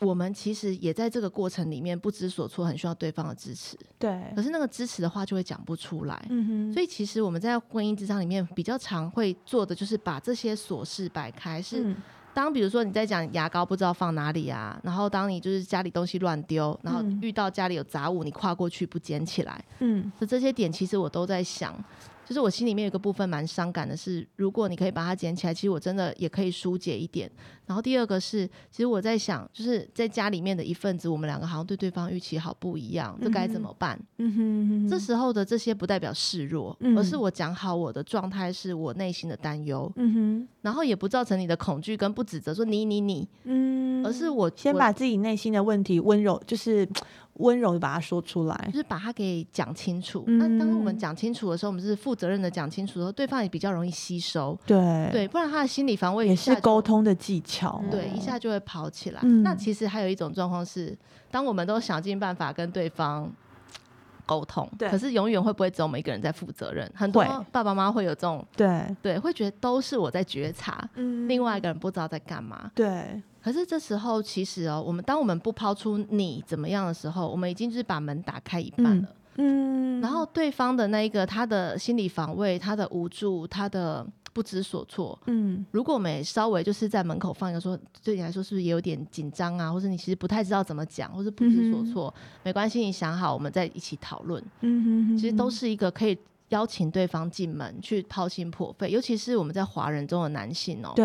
Speaker 4: 我们其实也在这个过程里面不知所措，很需要对方的支持。
Speaker 1: 对
Speaker 4: 可，是那个支持的话，就会讲不出来。
Speaker 1: 嗯哼，
Speaker 4: 所
Speaker 1: 以
Speaker 4: 以其实我们在婚姻职场里面比较常会做的，就是把这些琐事摆开。是
Speaker 1: 嗯
Speaker 4: 当比如说你在讲牙膏不知道放哪里啊，然后当你就是家里东西乱丢，然后
Speaker 1: 嗯
Speaker 4: 遇到家里有杂物，你跨过去不捡起来，
Speaker 1: 嗯
Speaker 4: 就这些点，其实我都在想，就是我心里面有一个部分蛮伤感的是，如果你可以把它捡起来，其实我真的也可以疏解一点。然后第二个是，其实我在想，就是在家里面的一份子，我们两个好像对对方预期好不一样，这该怎么办？
Speaker 1: 嗯哼，
Speaker 4: 这时候的这些不代表示弱，
Speaker 1: 嗯
Speaker 4: 而是我讲好我的状态，是我内心的担忧，
Speaker 1: 嗯哼
Speaker 4: 然后也不造成你的恐惧跟不指责，说你你你，
Speaker 1: 嗯，
Speaker 4: 而是我
Speaker 1: 先
Speaker 4: 我
Speaker 1: 把自己内心的问题温柔，就是温柔的把它说出来
Speaker 4: 就，是把它给讲清楚。
Speaker 1: 嗯
Speaker 4: 那当我们讲清楚的时候，我们是负责任的讲清楚的时候，对方也比较容易吸收。
Speaker 1: 对，
Speaker 4: 对，不然他的心理防卫
Speaker 1: 也
Speaker 4: 一
Speaker 1: 是
Speaker 4: 下就
Speaker 1: 沟，通的技巧，哦
Speaker 4: 对，一下就会跑起来。
Speaker 1: 嗯
Speaker 4: 那其实还有一种状况是，当我们都想尽办法跟对方沟通，
Speaker 1: 对
Speaker 4: 可是永远会不会只有我们一个人在负责任？很多
Speaker 1: 会
Speaker 4: 爸爸妈妈会有这种，
Speaker 1: 对，
Speaker 4: 对，会觉得都是我在觉察，
Speaker 1: 嗯
Speaker 4: 另外一个人不知道在干嘛。
Speaker 1: 对，
Speaker 4: 可是这时候，其实哦，我们当我们不抛出你怎么样的时候，我们已经就是把门打开一半
Speaker 1: 嗯
Speaker 4: 了。
Speaker 1: 嗯，
Speaker 4: 然后对方的那一个他的心理防卫、他的无助、他的不知所措，
Speaker 1: 嗯
Speaker 4: 如果我们也稍微就是在门口放一个说，对你来说是不是也有点紧张啊，或者你其实不太知道怎么讲，或是不知所措，没关系，你想好，我们再一起讨论。
Speaker 1: 嗯哼哼，
Speaker 4: 其实都是一个可以邀请对方进门去掏心破肺，尤其是我们在华人中的男性哦、
Speaker 1: 对，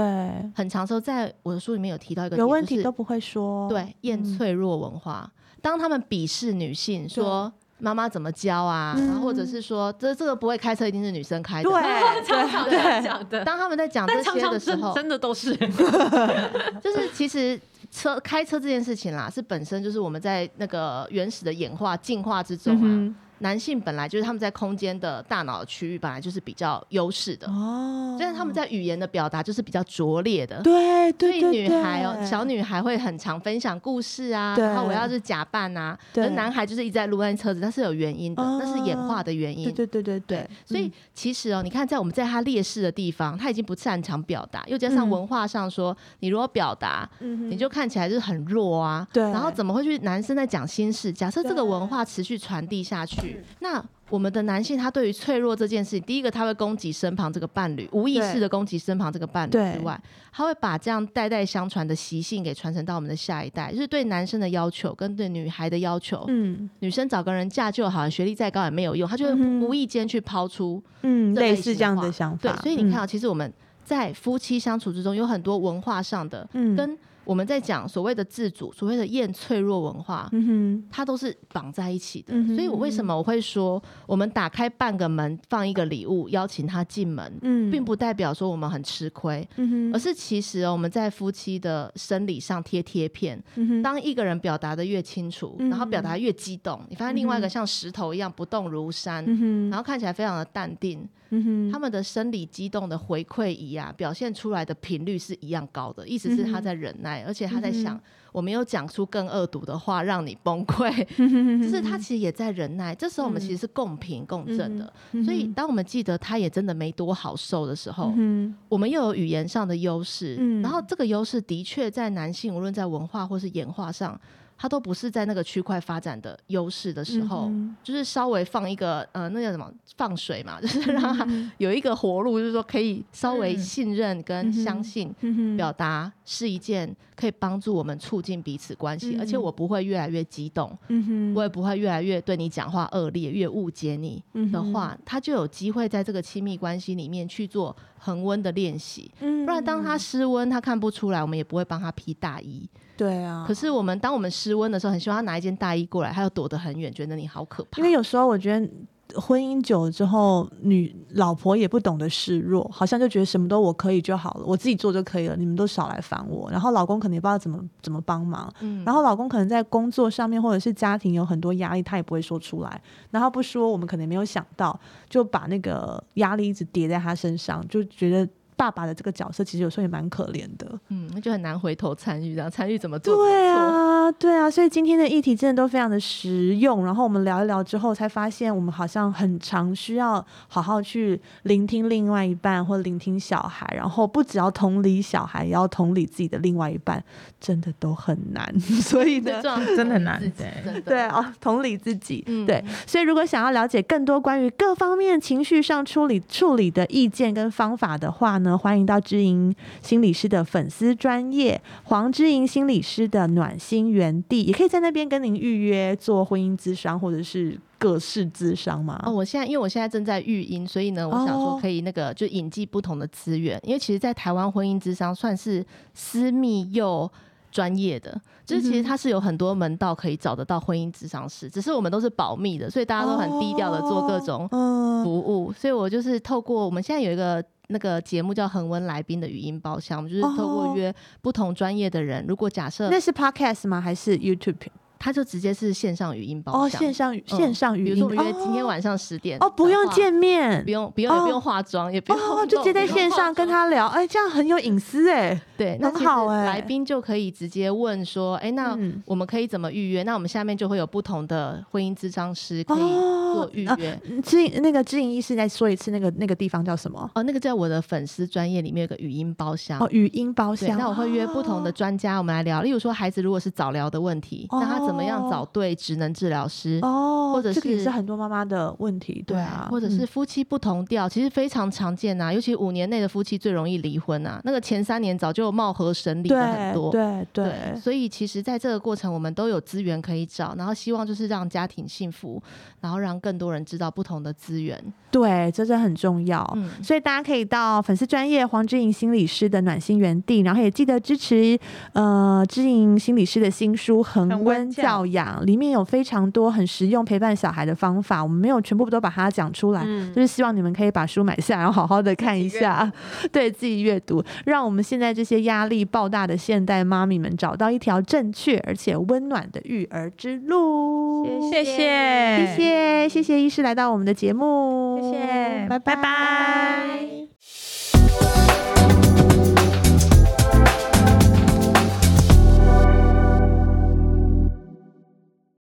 Speaker 4: 很长时候在我的书里面有提到一个
Speaker 1: 有
Speaker 4: 点
Speaker 1: 问
Speaker 4: 就
Speaker 1: 题
Speaker 4: 是
Speaker 1: 都不会说，
Speaker 4: 对厌
Speaker 1: 嗯
Speaker 4: 脆弱文化，当他们鄙视女性说。妈妈怎么教啊？
Speaker 1: 嗯
Speaker 4: 然后或者是说，这这个不会开车一定是女生开的。
Speaker 1: 对
Speaker 2: 常常这样讲的，
Speaker 4: 当他们在讲这
Speaker 2: 但常
Speaker 4: 些
Speaker 2: 常
Speaker 4: 的时
Speaker 2: 真
Speaker 4: 候，
Speaker 2: 真的都是
Speaker 4: 就是其实车开车这件事情啦，是本身就是我们在那个原始的演化进化之中啊，
Speaker 1: 嗯
Speaker 4: 男性本来就是他们在空间的大脑区域本来就是比较优势的
Speaker 1: 哼，，哦，
Speaker 4: 虽然他们在语言的表达就是比较拙劣的。
Speaker 1: 对对
Speaker 4: 所
Speaker 1: 对
Speaker 4: 以女孩哦、
Speaker 1: 对
Speaker 4: 小女孩会很常分享故事啊，
Speaker 1: 对
Speaker 4: 然后我要是假扮啊，
Speaker 1: 对
Speaker 4: 而男孩就是一直在撸那车子，那是有原因的，
Speaker 1: 哦
Speaker 4: 那是演化的原因。
Speaker 1: 对对对对嗯
Speaker 4: 对，所以其实哦，你看，在我们在他劣势的地方，他已经不擅长表达，又加上
Speaker 1: 嗯
Speaker 4: 文化上说，你如果表达，
Speaker 1: 嗯
Speaker 4: 你就看起来就是很弱啊。
Speaker 1: 对
Speaker 4: 然后怎么会去男生在讲心事？假设这
Speaker 1: 对嗯
Speaker 4: 个文化持续传递下去，那我们的男性他对于脆弱这件事情，第一个他会攻击身旁这个伴侣，无意识的攻击身旁这个伴侣
Speaker 1: 对
Speaker 4: 之外，他会把这样代代相传的习性给传承到我们的下一代，就是对男生的要求跟对女孩的要求。
Speaker 1: 嗯
Speaker 4: 女生找个人嫁就好，学历再高也没有用，她就会
Speaker 1: 嗯哼
Speaker 4: 无意间去抛出。
Speaker 1: 嗯，
Speaker 4: 这
Speaker 1: 类
Speaker 4: 类
Speaker 1: 似
Speaker 4: 型
Speaker 1: 这样
Speaker 4: 化
Speaker 1: 的想
Speaker 4: 对
Speaker 1: 法，，
Speaker 4: 所以你看
Speaker 1: 嗯
Speaker 4: 啊，其实我们在夫妻相处之中有很多文化上的，
Speaker 1: 嗯
Speaker 4: 跟我们在讲所谓的自主、所谓的厌脆弱文化，
Speaker 1: 嗯哼，
Speaker 4: 它都是绑在一起的
Speaker 1: 嗯。哼
Speaker 4: 所以我为什么我会说，我们打开半个门放一个礼物，邀请他进门，
Speaker 1: 嗯，
Speaker 4: 并不代表说我们很吃亏，
Speaker 1: 嗯哼，
Speaker 4: 而是其实哦我们在夫妻的生理上贴贴片。
Speaker 1: 嗯哼
Speaker 4: 当一个人表达的越清楚，
Speaker 1: 嗯
Speaker 4: 然后表达越激动，你发现另外一
Speaker 1: 嗯
Speaker 4: 个像石头一样不动如山，
Speaker 1: 嗯哼，
Speaker 4: 然后看起来非常的淡定，
Speaker 1: 嗯哼，
Speaker 4: 他们的生理激动的回馈仪啊，表现出来的频率是一样高的，意思是
Speaker 1: 嗯哼
Speaker 4: 他在忍耐，而且他在想，
Speaker 1: 嗯
Speaker 4: 我没有讲出更恶毒的话让你崩溃，
Speaker 1: 们
Speaker 4: 就是他其实也在忍耐。这时候我们
Speaker 1: 嗯
Speaker 4: 其实是共频共振的，
Speaker 1: 嗯哼
Speaker 4: 所以当我们记得他也真的没多好受的时候，
Speaker 1: 嗯
Speaker 4: 我们又有语言上的优势，
Speaker 1: 嗯
Speaker 4: 然后这个优势的确在男性无论在文化或是演化上。它都不是在那个区块发展的优势的时候，
Speaker 1: 嗯
Speaker 4: 就是稍微放一个呃那叫什么放水嘛，
Speaker 1: 嗯
Speaker 4: 就是让他有一个活路，就是说可以稍微
Speaker 3: 嗯
Speaker 4: 信任跟相信。
Speaker 1: 哼嗯
Speaker 4: 表
Speaker 1: 哼
Speaker 4: 达是一件可以帮助我们促进彼此关系，而且
Speaker 1: 嗯
Speaker 4: 我不会越来越激动，
Speaker 1: 嗯哼
Speaker 4: 我也不会越来越对你讲话恶劣，越误解你
Speaker 1: 嗯
Speaker 4: 的话，他就有机会在这个亲密关系里面去做恒温的练习。
Speaker 1: 嗯
Speaker 4: 不然，当他失温，他看不出来，我们也不会帮他披大衣。
Speaker 1: 对啊，
Speaker 4: 可是我们当我们失温的时候，很希望他拿一件大衣过来，他又躲得很远，觉得你好可怕
Speaker 1: 因。为有时候我觉得。婚姻久了之后，女老婆也不懂得示弱，好像就觉得什么都我可以就好了，我自己做就可以了，你们都少来烦我。然后老公可能也不知道怎么怎么帮忙，
Speaker 4: 嗯
Speaker 1: 然后老公可能在工作上面或者是家庭有很多压力，他也不会说出来。然后不说，我们可能没有想到，就把那个压力一直叠在他身上，就觉得爸爸的这个角色其实有时候也蛮可怜的。
Speaker 4: 嗯，那就很难回头参与，然后啊参与怎么做？
Speaker 1: 对
Speaker 4: 怎么做，
Speaker 1: 啊，对啊，所以今天的议题真的都非常的实用。然后我们聊一聊之后，才发现我们好像很常需要好好去聆听另外一半，或聆听小孩。然后不只要同理小孩，也要同理自己的另外一半，真的都很难。 所以呢
Speaker 4: 最，重要是
Speaker 3: 真的
Speaker 4: 同理
Speaker 3: 难
Speaker 4: 自己
Speaker 3: 对
Speaker 4: 真的
Speaker 1: 对啊， 同理自己，
Speaker 4: 嗯
Speaker 1: 对。所以如果想要了解更多关于各方面情绪上处理处理的意见跟方法的话呢，欢迎到知莹心理师的粉丝专业黄知莹心理师的暖心园地，也可以在那边跟您预约做婚姻咨商或者是各式咨商嘛。
Speaker 4: 哦，我现在因为我现在正在育婴，所以呢，我想
Speaker 1: 哦
Speaker 4: 说可以那个就引进不同的资源，因为其实，在台湾婚姻之商算是私密又专业的，就是其实它是有很多门道可以找得到婚姻之商师，只是我们都是保密的，所以大家都很低调的做各种
Speaker 1: 哦
Speaker 4: 服务，所以我就是透过我们现在有一个。那个节目叫《恒温来宾的语音包厢》，我们就是透
Speaker 1: 哦
Speaker 4: 过约不同专业的人，如果假
Speaker 1: 嗯，
Speaker 4: 设
Speaker 1: 那是 podcast 吗？还是 YouTube？
Speaker 4: 他就直接是线上语音包
Speaker 1: 哦，
Speaker 4: 厢，
Speaker 1: 线上语线上
Speaker 4: 比
Speaker 1: 语
Speaker 4: 如
Speaker 1: 音
Speaker 4: 说我们约今天
Speaker 1: 哦
Speaker 4: 晚上十点
Speaker 1: 哦，不用
Speaker 4: 的话
Speaker 1: 见面
Speaker 4: 不。用不用、
Speaker 1: 哦
Speaker 4: 也不用化妆，也不用
Speaker 1: 哦，就直接在线上跟他聊，哎，这样很有隐私哎。
Speaker 4: 对，那
Speaker 1: 很
Speaker 4: 其实
Speaker 1: 好欸
Speaker 4: 来宾就可以直接问说，哎、那
Speaker 1: 嗯
Speaker 4: 我们可以怎么预约？那我们下面就会有不同的婚姻咨商师可以
Speaker 1: 哦
Speaker 4: 做预
Speaker 1: 啊
Speaker 4: 约。
Speaker 1: 嗯知影那个知影医师再说一次，那个那个地方叫什么？
Speaker 4: 哦，那个在我的粉丝专业里面有个语音包厢。
Speaker 1: 哦，语音包
Speaker 4: 嗯对，
Speaker 1: 厢。
Speaker 4: 那我会约不同的专家，我们来聊。例如说，孩子如果是早疗的问题，那他怎么样找对职能治疗师？
Speaker 1: 哦，
Speaker 4: 或者
Speaker 1: 这个也是
Speaker 4: 是
Speaker 1: 很多妈妈的问题，对啊，
Speaker 4: 或者是
Speaker 1: 嗯
Speaker 4: 夫妻不同调，其实非常常见啊呐、尤其五年内的夫妻最容易离婚啊。那个前三年早就貌合神离的很多，
Speaker 1: 对对
Speaker 4: 对，
Speaker 1: 对，
Speaker 4: 所以其实在这个过程，我们都有资源可以找，然后希望就是让家庭幸福，然后让更多人知道不同的资源。
Speaker 1: 对，这是很重要。
Speaker 4: 嗯，
Speaker 1: 所以大家可以到粉丝专业黄之莹心理师的暖心园地，然后也记得支持呃之莹心理师的新书《恒
Speaker 3: 恒
Speaker 1: 温
Speaker 3: 温教
Speaker 1: 教养》，里面有非常多很实用陪伴小孩的方法，我们没有全部都把它讲出来，
Speaker 2: 嗯
Speaker 1: 就是希望你们可以把书买下，然后好好的看一下，对自己阅读，让我们现在这些压力爆大的现代妈咪们找到一条正确而且温暖的育儿之路。
Speaker 3: 谢谢，
Speaker 1: 谢谢谢谢医师来到我们的节目，
Speaker 3: 谢谢
Speaker 1: 拜
Speaker 3: 拜拜